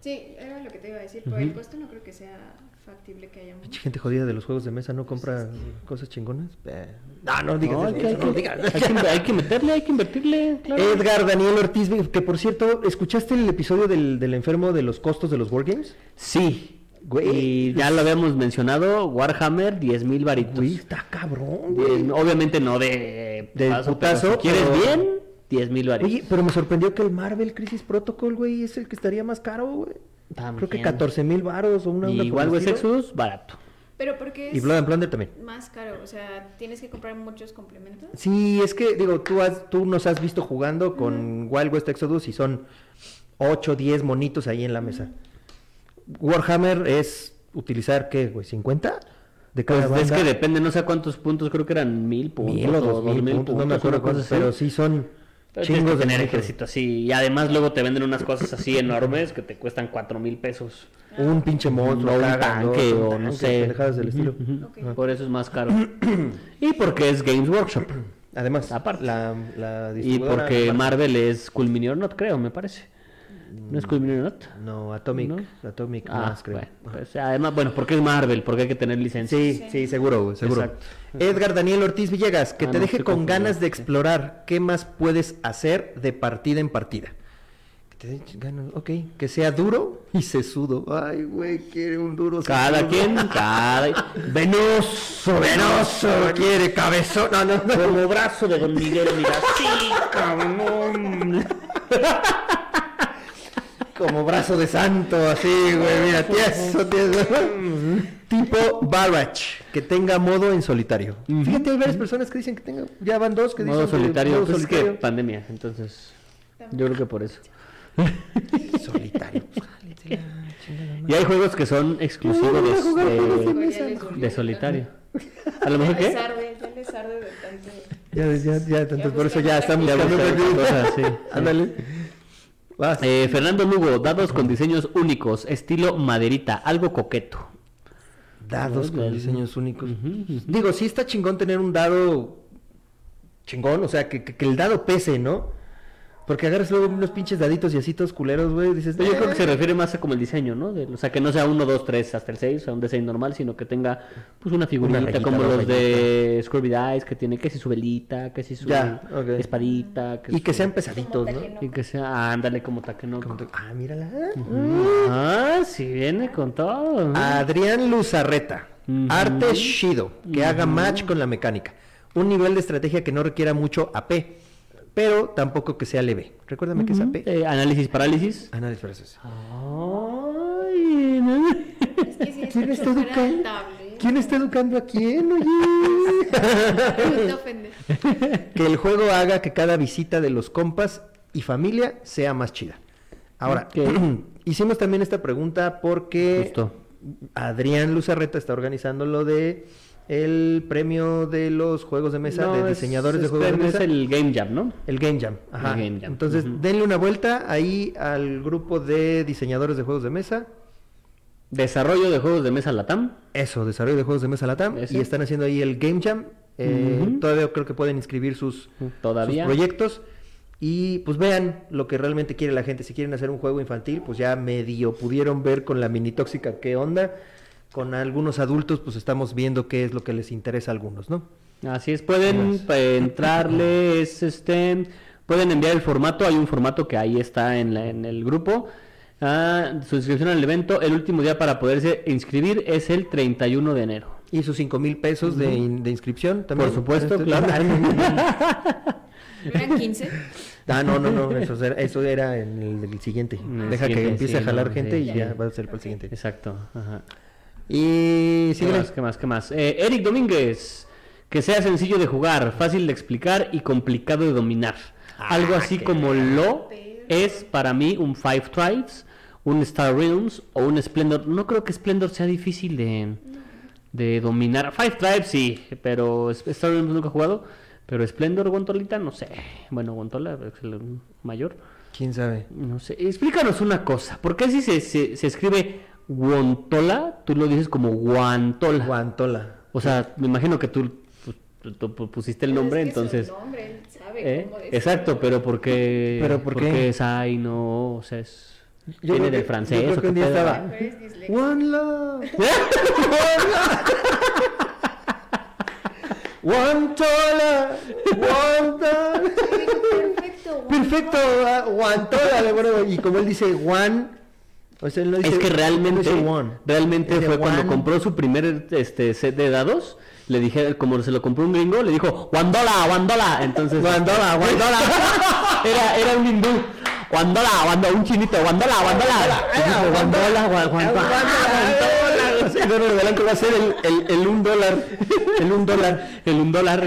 [SPEAKER 4] Sí, era lo que te iba a decir, pero el costo no creo que sea factible que haya mucho.
[SPEAKER 1] Pinche gente jodida de los juegos de mesa no compra cosas chingonas. Eh, No, no digas
[SPEAKER 2] No,
[SPEAKER 1] eso,
[SPEAKER 2] hay que- hay
[SPEAKER 1] eso, no
[SPEAKER 2] que-
[SPEAKER 1] digas.
[SPEAKER 2] hay que- hay que meterle, hay que invertirle. claro.
[SPEAKER 1] Edgar Daniel Ortiz, que por cierto, ¿escuchaste el episodio del, del enfermo de los costos de los wargames?
[SPEAKER 2] Sí.
[SPEAKER 1] Güey.
[SPEAKER 2] Y ya lo habíamos mencionado, Warhammer, 10.000 varitos.
[SPEAKER 1] Güey, está cabrón, güey.
[SPEAKER 2] Bien, obviamente no de,
[SPEAKER 1] De
[SPEAKER 2] putazo,
[SPEAKER 1] putazo,
[SPEAKER 2] pero si quieres
[SPEAKER 1] pero-
[SPEAKER 2] bien, 10 mil varios.
[SPEAKER 1] Oye, pero me sorprendió que el Marvel Crisis Protocol, güey, es el que estaría más caro, güey. Creo que
[SPEAKER 2] También.
[SPEAKER 1] 14 mil varos o una onda por el
[SPEAKER 2] Igual West
[SPEAKER 1] estilo.
[SPEAKER 2] Exodus, barato.
[SPEAKER 4] Pero porque es
[SPEAKER 1] Y Blood and Plunder también.
[SPEAKER 4] más caro, o sea, tienes que comprar muchos complementos.
[SPEAKER 1] Sí, es que, digo, tú, has- tú nos has visto jugando con Wild West Exodus y son 8, 10 monitos ahí en la mesa. Warhammer es utilizar, ¿qué, güey? ¿50? De cada
[SPEAKER 2] Pues es
[SPEAKER 1] banda.
[SPEAKER 2] que depende, no sé cuántos puntos, creo que eran mil puntos.
[SPEAKER 1] Mil o dos mil puntos, no me acuerdo cuántos, pero sí son
[SPEAKER 2] Chingos
[SPEAKER 1] chingos
[SPEAKER 2] de
[SPEAKER 1] de
[SPEAKER 2] tener
[SPEAKER 1] monitos.
[SPEAKER 2] ejército así. Y además luego te venden unas cosas así enormes que te cuestan cuatro mil pesos.
[SPEAKER 1] Un pinche monstruo,
[SPEAKER 2] O un
[SPEAKER 1] acá,
[SPEAKER 2] tanque,
[SPEAKER 1] grandote, un
[SPEAKER 2] o no
[SPEAKER 1] tanque,
[SPEAKER 2] sé.
[SPEAKER 1] pendejadas del estilo.
[SPEAKER 4] Ok.
[SPEAKER 2] Por eso es más caro. y porque es Games Workshop.
[SPEAKER 1] Además,
[SPEAKER 2] Aparte.
[SPEAKER 1] la, la
[SPEAKER 2] Y
[SPEAKER 1] distribuidora-
[SPEAKER 2] porque Marvel es Cool Mini or Not, creo, me parece. ¿No es Cool Mini or Not?
[SPEAKER 1] No, Atomic,
[SPEAKER 2] ¿No?
[SPEAKER 1] Atomic
[SPEAKER 2] Ah,
[SPEAKER 1] Mass, creo.
[SPEAKER 2] bueno, pues, además, bueno, porque es Marvel, porque hay que tener licencia.
[SPEAKER 1] Sí, sí, seguro, güey, seguro.
[SPEAKER 2] Exacto.
[SPEAKER 1] Edgar Daniel Ortiz Villegas, que
[SPEAKER 2] Ah,
[SPEAKER 1] te
[SPEAKER 2] no,
[SPEAKER 1] deje
[SPEAKER 2] estoy
[SPEAKER 1] con
[SPEAKER 2] confundido,
[SPEAKER 1] ganas de
[SPEAKER 2] sí.
[SPEAKER 1] explorar qué más puedes hacer de partida en partida. Que te dé ganas, ok, que sea duro y sesudo. Ay, güey, quiere un duro
[SPEAKER 2] Cada
[SPEAKER 1] sesudo.
[SPEAKER 2] quien, cada...
[SPEAKER 1] Venoso, venoso, quiere cabezón. No, no, no.
[SPEAKER 2] Como brazo de Don Miguel, mira, sí, cabrón.
[SPEAKER 1] Como brazo de santo, así, güey, mira, tieso, tieso.
[SPEAKER 2] Mm.
[SPEAKER 1] tipo Barrage, que tenga modo en solitario. Fíjate, hay varias personas que dicen que tenga, ya van dos que dicen
[SPEAKER 2] Modo
[SPEAKER 1] que-
[SPEAKER 2] solitario,
[SPEAKER 1] modo
[SPEAKER 2] pues es que
[SPEAKER 1] solitario.
[SPEAKER 2] pandemia, entonces yo creo que por eso.
[SPEAKER 1] solitario.
[SPEAKER 2] Y hay juegos que son
[SPEAKER 1] Pues,
[SPEAKER 2] exclusivos de,
[SPEAKER 1] este-
[SPEAKER 2] de-
[SPEAKER 4] Luego ya les dolió
[SPEAKER 2] de
[SPEAKER 4] de
[SPEAKER 2] solitario.
[SPEAKER 4] tanto-
[SPEAKER 2] A lo mejor
[SPEAKER 4] Ya les
[SPEAKER 2] qué?
[SPEAKER 4] arde, ya les arde de tanto.
[SPEAKER 1] Ya, ves, ya, ya, tanto, por eso ya estamos
[SPEAKER 4] Ya
[SPEAKER 2] buscamos
[SPEAKER 1] buscando
[SPEAKER 2] otra
[SPEAKER 1] otra
[SPEAKER 2] cosa, sí, sí.
[SPEAKER 1] Ándale. Vas.
[SPEAKER 2] Eh, Fernando Lugo, dados con diseños únicos, estilo maderita, algo coqueto.
[SPEAKER 1] Dados con
[SPEAKER 2] Órale.
[SPEAKER 1] diseños únicos.
[SPEAKER 2] Ujú.
[SPEAKER 1] Digo, sí está chingón tener un dado chingón, o sea, que, que- que el dado pese, ¿no? Porque agarras luego unos pinches daditos y así todos culeros, güey, dices...
[SPEAKER 2] Yo creo que se
[SPEAKER 1] "Eh".
[SPEAKER 2] refiere más a como el diseño, ¿no? De- o sea, que no sea 1, 2, 3 hasta el 6, o sea, un diseño normal, sino que tenga pues una figurita
[SPEAKER 1] rayita,
[SPEAKER 2] como
[SPEAKER 1] dos
[SPEAKER 2] los de Scurvy Dice, que tiene que si su velita, que si su
[SPEAKER 1] Ya, ok.
[SPEAKER 2] espadita. Que
[SPEAKER 1] Y que
[SPEAKER 2] su-
[SPEAKER 1] sean pesaditos, ¿no?
[SPEAKER 4] Como
[SPEAKER 2] Y que sea, ándale como Takenoko.
[SPEAKER 1] Como te- Ah, mírala.
[SPEAKER 2] Ah, si viene con todo.
[SPEAKER 1] Ah, Adrián Luzarreta.
[SPEAKER 2] Ujú.
[SPEAKER 1] Arte Shido. Que haga match con la mecánica. Un nivel de estrategia que no requiera mucho AP. Pero tampoco que sea leve. Recuérdame que es Ah, AP.
[SPEAKER 2] Eh, análisis, parálisis.
[SPEAKER 1] Análisis frases.
[SPEAKER 2] Ay, no.
[SPEAKER 4] Es que sí,
[SPEAKER 1] ¿Quién está
[SPEAKER 4] está súper
[SPEAKER 1] educando?
[SPEAKER 4] rentable.
[SPEAKER 1] ¿Quién está educando a quién, oye?
[SPEAKER 4] No te ofendes.
[SPEAKER 1] que el juego haga que cada visita de los compas y familia sea más chida. Ahora,
[SPEAKER 2] Ok.
[SPEAKER 1] hicimos también esta pregunta porque
[SPEAKER 2] Justo.
[SPEAKER 1] Adrián Luzarreta está organizando lo de el premio de los juegos de mesa,
[SPEAKER 2] No,
[SPEAKER 1] de
[SPEAKER 2] es-
[SPEAKER 1] diseñadores de
[SPEAKER 2] es-
[SPEAKER 1] juegos de
[SPEAKER 2] Es
[SPEAKER 1] mesa. El...
[SPEAKER 2] el Game Jam, ¿no?
[SPEAKER 1] Game Jam. Ajá.
[SPEAKER 2] El Game Jam,
[SPEAKER 1] Entonces,
[SPEAKER 2] ujú.
[SPEAKER 1] denle una vuelta ahí al grupo de diseñadores de juegos de mesa.
[SPEAKER 2] Desarrollo de juegos de mesa Latam.
[SPEAKER 1] Eso, desarrollo de juegos de mesa Latam.
[SPEAKER 2] Ese.
[SPEAKER 1] Y están haciendo ahí el Game Jam. Eh,
[SPEAKER 2] Ujú. Mm,
[SPEAKER 1] Todavía creo que pueden inscribir sus,
[SPEAKER 2] Todavía.
[SPEAKER 1] sus proyectos. Y pues vean lo que realmente quiere la gente. Si quieren hacer un juego infantil, pues ya medio pudieron ver con la mini tóxica qué onda. Con algunos adultos, pues estamos viendo qué es lo que les interesa a algunos, ¿no?
[SPEAKER 2] Así es, pueden eh, entrarle, es, este, pueden enviar el formato, hay un formato que ahí está en, la- en el grupo. Ah, su inscripción al evento, el último día para poderse inscribir es el 31 de enero.
[SPEAKER 1] Y sus cinco mil pesos de, in- de inscripción también.
[SPEAKER 2] Por supuesto,
[SPEAKER 1] Este-
[SPEAKER 2] claro.
[SPEAKER 4] ¿No eran 15?
[SPEAKER 1] Ah, no, no, no, eso era, eso era en el, el siguiente.
[SPEAKER 2] En el
[SPEAKER 1] Deja que
[SPEAKER 2] siguiente,
[SPEAKER 1] empiece
[SPEAKER 2] sí,
[SPEAKER 1] a jalar
[SPEAKER 2] no,
[SPEAKER 1] gente
[SPEAKER 2] sí,
[SPEAKER 1] y
[SPEAKER 2] ya.
[SPEAKER 1] ya va a ser para el siguiente.
[SPEAKER 2] Exacto. Ajá.
[SPEAKER 1] Y
[SPEAKER 2] ¿Qué
[SPEAKER 1] síguenos.
[SPEAKER 2] más? ¿Qué más? ¿Qué más? Eh, Eric Domínguez, que sea sencillo de jugar, fácil de explicar y complicado de dominar. Algo así como lo es para mí un Five Tribes, un Star Realms o un Splendor. No creo que Splendor sea difícil de, de dominar. Five Tribes sí, pero es- Star Realms nunca he jugado. Pero Splendor, Guantolita, no sé. Bueno, Guantola, es el mayor.
[SPEAKER 1] ¿Quién sabe?
[SPEAKER 2] No sé, explícanos una cosa. ¿Por qué si se, se, se escribe guantola, tú lo dices como guantola?
[SPEAKER 1] Guantola.
[SPEAKER 2] O sea, me imagino que tú, pu- tú- tú pu- pusiste el nombre,
[SPEAKER 4] Es que su
[SPEAKER 2] entonces...
[SPEAKER 4] nombre, él sabe
[SPEAKER 2] ¿eh?
[SPEAKER 4] cómo decirlo.
[SPEAKER 2] Exacto, pero porque...
[SPEAKER 1] ¿Pero por qué?
[SPEAKER 2] es ay, no, o sea, es...
[SPEAKER 1] Yo creo
[SPEAKER 2] viene
[SPEAKER 1] que-
[SPEAKER 2] del francés.
[SPEAKER 1] yo creo
[SPEAKER 2] o
[SPEAKER 1] que
[SPEAKER 2] qué
[SPEAKER 1] un día
[SPEAKER 2] pedo,
[SPEAKER 1] estaba-
[SPEAKER 2] ¿eh?
[SPEAKER 4] Pero es disléxico.
[SPEAKER 1] One love. One tola. One tola.
[SPEAKER 4] Perfecto. guau.
[SPEAKER 1] Perfecto. ah, One tola. le ponemos. Y como él dice one. O sea, él no dice,
[SPEAKER 2] Es que realmente,
[SPEAKER 1] no dice one.
[SPEAKER 2] realmente
[SPEAKER 1] Dice
[SPEAKER 2] fue cuando
[SPEAKER 1] one.
[SPEAKER 2] compró su primer este set de dados, le dije, como se lo compró un gringo, le dijo, guandola, guandola. Entonces, este,
[SPEAKER 1] Guandola, guandola.
[SPEAKER 2] era, era un hindú. Guandola, guandola, un chinito, guandola, guandola. Y dijo, Guandola, guan- guan-
[SPEAKER 1] guandola.
[SPEAKER 2] guandola. El dólar de blanco va a ser el, el, el un dólar. El un dólar. El un dólar.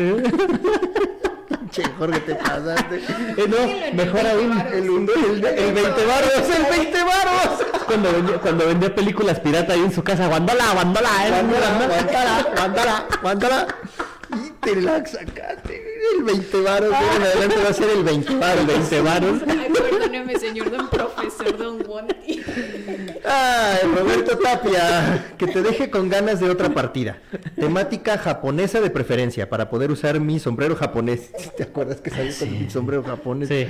[SPEAKER 1] Che, Jorge, te pasaste.
[SPEAKER 2] Eh, no, mejor aún.
[SPEAKER 1] El, un- el, el 20 varos, el 20 varos.
[SPEAKER 2] Cuando vendía, cuando vendía películas pirata ahí en su casa, guandola, guandola, eh,
[SPEAKER 1] Guandola,
[SPEAKER 2] guandola.
[SPEAKER 1] guandola, guandola, guandola. Y te la sacaste. El 20 varos. de ahora en adelante va a ser el 20 varos.
[SPEAKER 2] El 20 varos.
[SPEAKER 4] Ay, perdóneme, señor don profesor don Wanti.
[SPEAKER 1] Ay, Roberto Tapia, que te deje con ganas de otra partida. Temática japonesa de preferencia, para poder usar mi sombrero japonés. ¿Te acuerdas que salí con mi sombrero japonés?
[SPEAKER 2] Sí.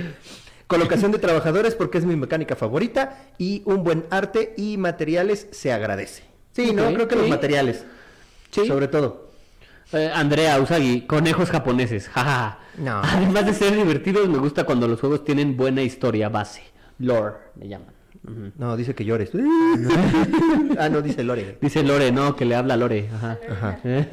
[SPEAKER 1] Colocación de trabajadores porque es mi mecánica favorita y un buen arte y materiales se agradece. Sí, no,
[SPEAKER 2] Ok,
[SPEAKER 1] creo que los
[SPEAKER 2] sí.
[SPEAKER 1] materiales.
[SPEAKER 2] Sí.
[SPEAKER 1] Sobre todo.
[SPEAKER 2] Eh, Andrea Usagi, conejos japoneses, jaja.
[SPEAKER 1] No.
[SPEAKER 2] Además de ser divertidos, me gusta cuando los juegos tienen buena historia base. Lore, me llaman. Ujú.
[SPEAKER 1] No, dice que llores. ah, no, dice Lore.
[SPEAKER 2] Dice Lore, no, que le habla Lore. Ajá.
[SPEAKER 1] Ajá.
[SPEAKER 2] ¿Eh?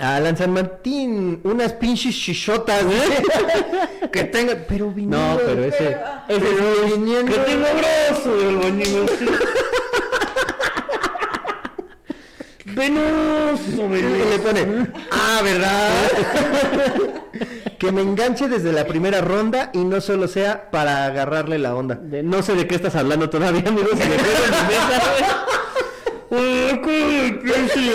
[SPEAKER 1] Alan San Martín, unas pinches chichotas, ¿eh? que tenga, pero
[SPEAKER 2] No,
[SPEAKER 1] viniendo-
[SPEAKER 2] pero ese. ese
[SPEAKER 1] Pero
[SPEAKER 2] es-
[SPEAKER 1] viniendo-
[SPEAKER 2] ¡Que tengo brazo! El bañino. penos.
[SPEAKER 1] Y le pone, ah, ¿verdad? que me enganche desde la primera ronda y no solo sea para agarrarle la onda.
[SPEAKER 2] De- no sé de qué estás hablando todavía, amigo. Si me acuerdo en mi mesa, güey. Uy, ¿cómo que
[SPEAKER 1] eh?
[SPEAKER 2] sí?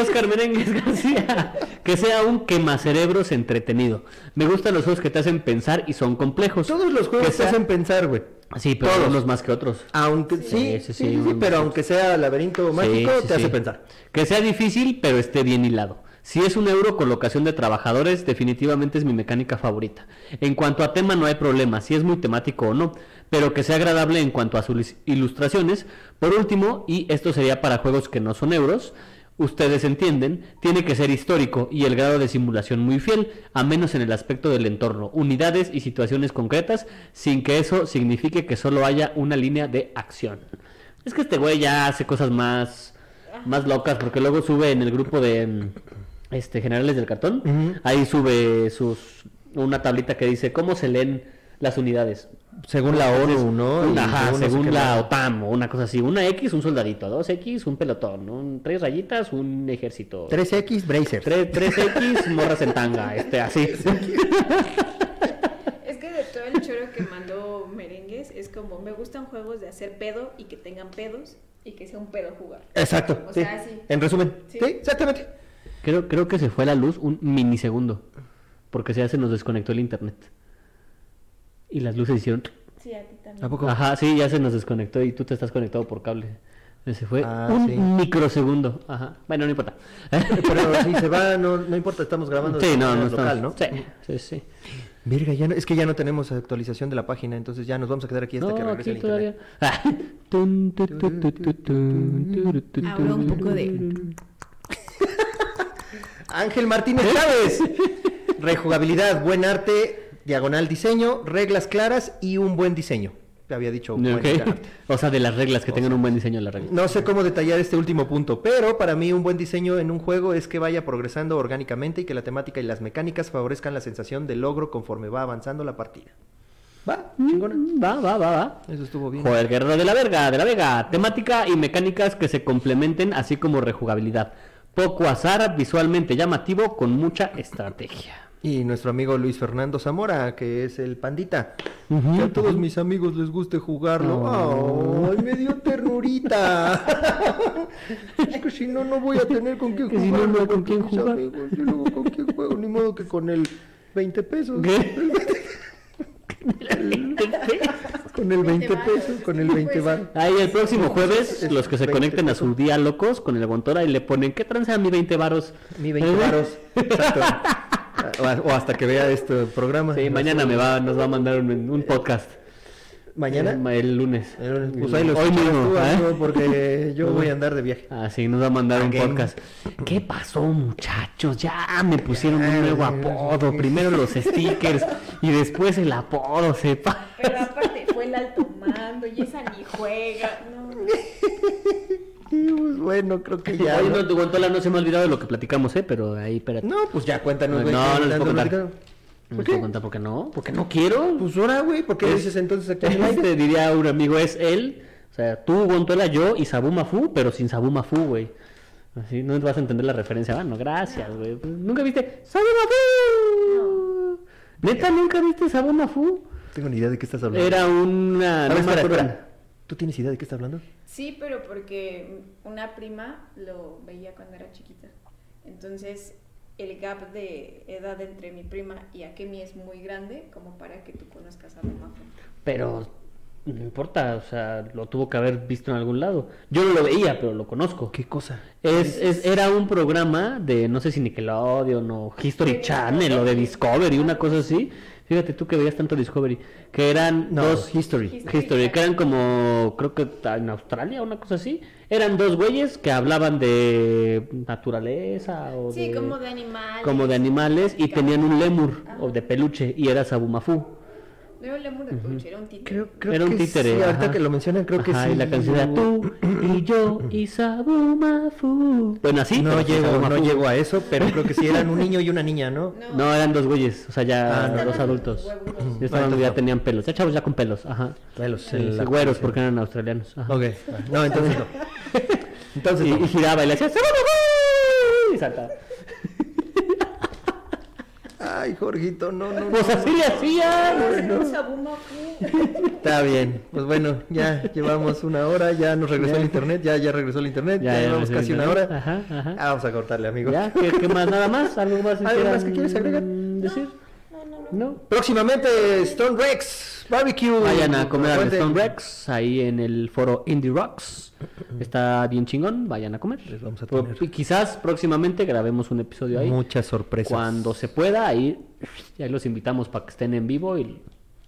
[SPEAKER 2] Oscar Merengues García. Que sea un quemacerebros entretenido. Me gustan los juegos que te hacen pensar y son complejos.
[SPEAKER 1] Todos los
[SPEAKER 2] Que
[SPEAKER 1] juegos te
[SPEAKER 2] sea-
[SPEAKER 1] hacen pensar, güey.
[SPEAKER 2] Sí, pero
[SPEAKER 1] todos.
[SPEAKER 2] unos más que otros.
[SPEAKER 1] Aunque sí, sí,
[SPEAKER 2] Sí, sí, sí,
[SPEAKER 1] sí,
[SPEAKER 2] unos
[SPEAKER 1] pero
[SPEAKER 2] más.
[SPEAKER 1] aunque sea laberinto mágico,
[SPEAKER 2] Sí, sí,
[SPEAKER 1] te hace
[SPEAKER 2] sí.
[SPEAKER 1] pensar.
[SPEAKER 2] Que sea difícil, pero esté bien hilado. Si es un euro colocación de trabajadores, definitivamente es mi mecánica favorita. En cuanto a tema no hay problema, si es muy temático o no, pero que sea agradable en cuanto a sus ilustraciones. Por último, y esto sería para juegos que no son euros, ustedes entienden, tiene que ser histórico y el grado de simulación muy fiel, a menos en el aspecto del entorno, unidades y situaciones concretas, sin que eso signifique que solo haya una línea de acción. Es que este güey ya hace cosas más más locas porque luego sube en el grupo de mm, este generales del cartón
[SPEAKER 1] Ujú.
[SPEAKER 2] ahí sube sus una tablita que dice cómo se leen las unidades
[SPEAKER 1] Según la ONU, ¿no?
[SPEAKER 2] Una-
[SPEAKER 1] Y
[SPEAKER 2] ajá,
[SPEAKER 1] no sé
[SPEAKER 2] según
[SPEAKER 1] qué
[SPEAKER 2] la
[SPEAKER 1] más.
[SPEAKER 2] OTAN o una cosa así una X un soldadito dos X un pelotón un- tres rayitas un ejército
[SPEAKER 1] 3X Bracer.
[SPEAKER 2] tres, tres X morras en tanga este así
[SPEAKER 4] Es que de todo el choro que mandó Merengues es como, me gustan juegos de hacer pedo y que tengan pedos y que sea un pedo jugar.
[SPEAKER 1] Exacto.
[SPEAKER 4] O
[SPEAKER 1] sí.
[SPEAKER 4] sea, sí.
[SPEAKER 1] En resumen. Sí,
[SPEAKER 4] Sí.
[SPEAKER 1] exactamente.
[SPEAKER 2] creo creo que se fue la luz un minisegundo porque ya se nos desconectó el internet y las luces hicieron
[SPEAKER 4] Sí, a ti también.
[SPEAKER 1] ¿A poco?
[SPEAKER 2] Ajá, sí, ya se nos desconectó y tú te estás conectado por cable. Se fue
[SPEAKER 1] Ah,
[SPEAKER 2] un
[SPEAKER 1] sí.
[SPEAKER 2] microsegundo. Ajá. Bueno, no importa.
[SPEAKER 1] Pero si se va, no, no importa, estamos grabando
[SPEAKER 2] sí,
[SPEAKER 1] desde
[SPEAKER 2] no, no
[SPEAKER 1] manera
[SPEAKER 2] estamos-
[SPEAKER 1] local, ¿no?
[SPEAKER 2] Sí, sí, sí.
[SPEAKER 1] Verga, ya no- es que ya no tenemos actualización de la página, entonces ya nos vamos a quedar aquí hasta que
[SPEAKER 2] No,
[SPEAKER 1] regrese
[SPEAKER 2] aquí
[SPEAKER 1] el
[SPEAKER 2] todavía.
[SPEAKER 1] internet.
[SPEAKER 2] Ah. Tun, tu, tu, tu, tu, tun, tu, tu, tu,
[SPEAKER 4] Ahora un poco de-
[SPEAKER 2] tu, tu.
[SPEAKER 1] Ángel Martínez Chávez. Rejugabilidad, buen arte, diagonal diseño, reglas claras y un buen diseño. Te había dicho. buen
[SPEAKER 2] Ok.
[SPEAKER 1] arte.
[SPEAKER 2] O sea, de las reglas, que tengan un buen diseño las reglas.
[SPEAKER 1] No sé cómo detallar este último punto, pero para mí un buen diseño en un juego es que vaya progresando orgánicamente y que la temática y las mecánicas favorezcan la sensación de logro conforme va avanzando la partida. Va, chingona.
[SPEAKER 2] Mm, Va, va, va, va.
[SPEAKER 1] Eso estuvo bien.
[SPEAKER 2] Joder, Guerrero de la Verga, de la Vega. Temática y mecánicas que se complementen, así como rejugabilidad. Poco azar, visualmente llamativo, con mucha estrategia.
[SPEAKER 1] Y nuestro amigo Luis Fernando Zamora, que es el pandita.
[SPEAKER 2] Ujú.
[SPEAKER 1] Que a todos mis amigos les guste jugarlo.
[SPEAKER 2] Oh.
[SPEAKER 1] ¡Ay, me dio ternurita! es que si no, no voy a tener con quién
[SPEAKER 2] Que
[SPEAKER 1] jugar.
[SPEAKER 2] si no, no hay con
[SPEAKER 1] porque
[SPEAKER 2] quién
[SPEAKER 1] mis
[SPEAKER 2] jugar.
[SPEAKER 1] amigos, y luego con quién juego, ni modo que con el 20 pesos. Con el 20 pesos, con el 20 bar.
[SPEAKER 2] Ahí el próximo jueves, los que se
[SPEAKER 1] 20
[SPEAKER 2] conecten a su día locos con el Gontora y le ponen, ¿qué tranza a mi 20 varos? ¿Eh?
[SPEAKER 1] Mi 20 varos. Exacto. O o hasta que vea este programa.
[SPEAKER 2] Sí, mañana me va, nos va a mandar un, un podcast.
[SPEAKER 1] ¿Mañana?
[SPEAKER 2] El, el lunes.
[SPEAKER 1] Eh, Pues ahí los
[SPEAKER 2] Hoy
[SPEAKER 1] escuchas
[SPEAKER 2] mismo.
[SPEAKER 1] tú,
[SPEAKER 2] ¿eh?
[SPEAKER 1] amigo, porque yo voy a andar de viaje.
[SPEAKER 2] Ah, sí, nos va a mandar un
[SPEAKER 1] Ok.
[SPEAKER 2] podcast. ¿Qué pasó, muchachos? Ya me pusieron
[SPEAKER 1] Ya,
[SPEAKER 2] un nuevo
[SPEAKER 1] ya, ya, ya.
[SPEAKER 2] apodo. Primero los stickers y después el apodo, sepa.
[SPEAKER 4] Pero aparte fue el alto mando y esa ni juega. No,
[SPEAKER 1] Sí, pues bueno, creo que ya.
[SPEAKER 2] Oye,
[SPEAKER 1] ¿no?
[SPEAKER 2] no, tu Gontola no se me ha olvidado de lo que platicamos, ¿eh? Pero ahí, espérate.
[SPEAKER 1] No, pues ya cuéntanos,
[SPEAKER 2] No,
[SPEAKER 1] güey.
[SPEAKER 2] no,
[SPEAKER 1] ¿qué
[SPEAKER 2] no les
[SPEAKER 1] andas
[SPEAKER 2] puedo contar.
[SPEAKER 1] platicando?
[SPEAKER 2] No
[SPEAKER 1] ¿Por
[SPEAKER 2] les
[SPEAKER 1] qué?
[SPEAKER 2] puedo contar porque no, porque no quiero.
[SPEAKER 1] Pues ahora, güey, ¿por qué
[SPEAKER 2] Es-
[SPEAKER 1] dices entonces aquí en el aire?
[SPEAKER 2] Este, diría un amigo, es él, o sea, tú, Gontola, yo y Sabuma Fu, pero sin Sabuma Fu, güey. Así no vas a entender la referencia. Ah, no, gracias, güey. Pues, Nunca viste Sabuma Fu. Neta, nunca viste Sabuma Fu.
[SPEAKER 1] No tengo ni idea de qué estás hablando.
[SPEAKER 2] Era una.
[SPEAKER 1] A ver,
[SPEAKER 2] no me
[SPEAKER 1] espera,
[SPEAKER 2] acuerdo-
[SPEAKER 1] espera. ¿Tú tienes idea de qué está hablando?
[SPEAKER 4] Sí, pero porque una prima lo veía cuando era chiquita. Entonces, el gap de edad entre mi prima y Akemi es muy grande como para que tú conozcas a mamá.
[SPEAKER 2] Pero no importa, o sea, lo tuvo que haber visto en algún lado. Yo no lo veía, pero lo conozco.
[SPEAKER 1] ¿Qué cosa?
[SPEAKER 2] Es, es- era un programa de, no sé si Nickelodeon o History Channel o de Discovery, una cosa así. Fíjate tú que veías tanto Discovery, que eran
[SPEAKER 1] No,
[SPEAKER 2] dos
[SPEAKER 1] History.
[SPEAKER 2] History, que eran como, creo que ta- en Australia, una cosa así. Eran dos güeyes que hablaban de naturaleza o
[SPEAKER 4] Sí,
[SPEAKER 2] de,
[SPEAKER 4] como de animales.
[SPEAKER 2] como de animales y tenían un lemur
[SPEAKER 4] Ajá.
[SPEAKER 2] o de peluche y era Sabumafú.
[SPEAKER 4] No era un lemur de peluche, era un títere.
[SPEAKER 2] Era un títere,
[SPEAKER 1] Sí, ahorita
[SPEAKER 2] ajá.
[SPEAKER 1] que lo mencionan, creo que
[SPEAKER 2] Ajá,
[SPEAKER 1] sí.
[SPEAKER 2] Y la canción era tú y yo y Sabumafu. Bueno, así.
[SPEAKER 1] No
[SPEAKER 2] pero sí,
[SPEAKER 1] llego, no
[SPEAKER 2] Sabumafu.
[SPEAKER 1] llego a eso, pero creo que sí eran un niño y una niña, ¿no?
[SPEAKER 2] No, eran dos güeyes, o sea, ya
[SPEAKER 1] Ah, no,
[SPEAKER 2] dos
[SPEAKER 1] no.
[SPEAKER 2] adultos.
[SPEAKER 4] Huevudos.
[SPEAKER 2] Ya estaban-
[SPEAKER 1] Ah, entonces
[SPEAKER 2] ya
[SPEAKER 1] no.
[SPEAKER 2] tenían pelos, ya chavos ya con pelos, ajá.
[SPEAKER 1] Pelos,
[SPEAKER 2] Sí,
[SPEAKER 1] en la
[SPEAKER 2] güeros
[SPEAKER 1] policía.
[SPEAKER 2] porque eran australianos. ajá.
[SPEAKER 1] Ok, no, entonces no. Entonces,
[SPEAKER 2] y,
[SPEAKER 1] no.
[SPEAKER 2] y giraba y le hacía "Sabadabú", y saltaba.
[SPEAKER 1] Ay, Jorgito, no, no, no.
[SPEAKER 2] Pues así le hacía.
[SPEAKER 4] Hacer un sabumafu.
[SPEAKER 1] Está bien. Pues bueno, ya llevamos una hora, ya nos regresó
[SPEAKER 2] Ya.
[SPEAKER 1] el internet, ya, ya regresó el internet, ya, llevamos casi una hora.
[SPEAKER 2] Ajá, ajá.
[SPEAKER 1] Ah, vamos a cortarle, amigos.
[SPEAKER 2] ¿Ya? ¿Qué, qué más? ¿Nada más? ¿Algo más,
[SPEAKER 1] ¿Algo
[SPEAKER 2] quieran
[SPEAKER 1] más que quieres agregar?
[SPEAKER 2] decir?
[SPEAKER 4] No, no, no.
[SPEAKER 2] ¿No?
[SPEAKER 1] Próximamente, Stone Rex Barbecue.
[SPEAKER 2] Vayan a comer al
[SPEAKER 1] Recuerden,
[SPEAKER 2] Stone Rex ahí en el foro Indie Rocks. Está bien chingón, vayan a comer.
[SPEAKER 1] Les vamos a
[SPEAKER 2] Pro-
[SPEAKER 1] tener.
[SPEAKER 2] Y quizás próximamente grabemos un episodio ahí.
[SPEAKER 1] Muchas sorpresas.
[SPEAKER 2] Cuando se pueda, ahí, ahí los invitamos para que estén en vivo y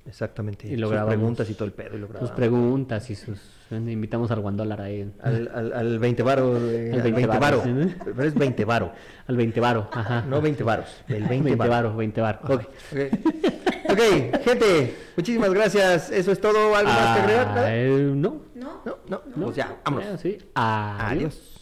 [SPEAKER 1] Exactamente.
[SPEAKER 2] Y lo
[SPEAKER 1] sus
[SPEAKER 2] grabamos.
[SPEAKER 1] preguntas y todo el pedo. Y lo
[SPEAKER 2] sus
[SPEAKER 1] grabamos.
[SPEAKER 2] preguntas y sus... Invitamos al Guandolar ahí.
[SPEAKER 1] Al, al, al 20 varo. eh,
[SPEAKER 2] Al
[SPEAKER 1] al 20
[SPEAKER 2] varo,
[SPEAKER 1] varo.
[SPEAKER 2] sí, ¿no?
[SPEAKER 1] Pero es 20 varo.
[SPEAKER 2] Al 20 varo, ajá.
[SPEAKER 1] No 20 varos. El 20,
[SPEAKER 2] 20
[SPEAKER 1] varo.
[SPEAKER 2] varo, 20 varo.
[SPEAKER 1] Ok.
[SPEAKER 2] Ok.
[SPEAKER 1] ok, gente, muchísimas gracias. Eso es todo. ¿Algo más que agregar?
[SPEAKER 2] Ah,
[SPEAKER 1] ¿Nada?
[SPEAKER 2] eh, no.
[SPEAKER 4] ¿No?
[SPEAKER 1] No, no,
[SPEAKER 2] no.
[SPEAKER 1] pues ya, vámonos.
[SPEAKER 2] Eh, sí.
[SPEAKER 1] Adiós.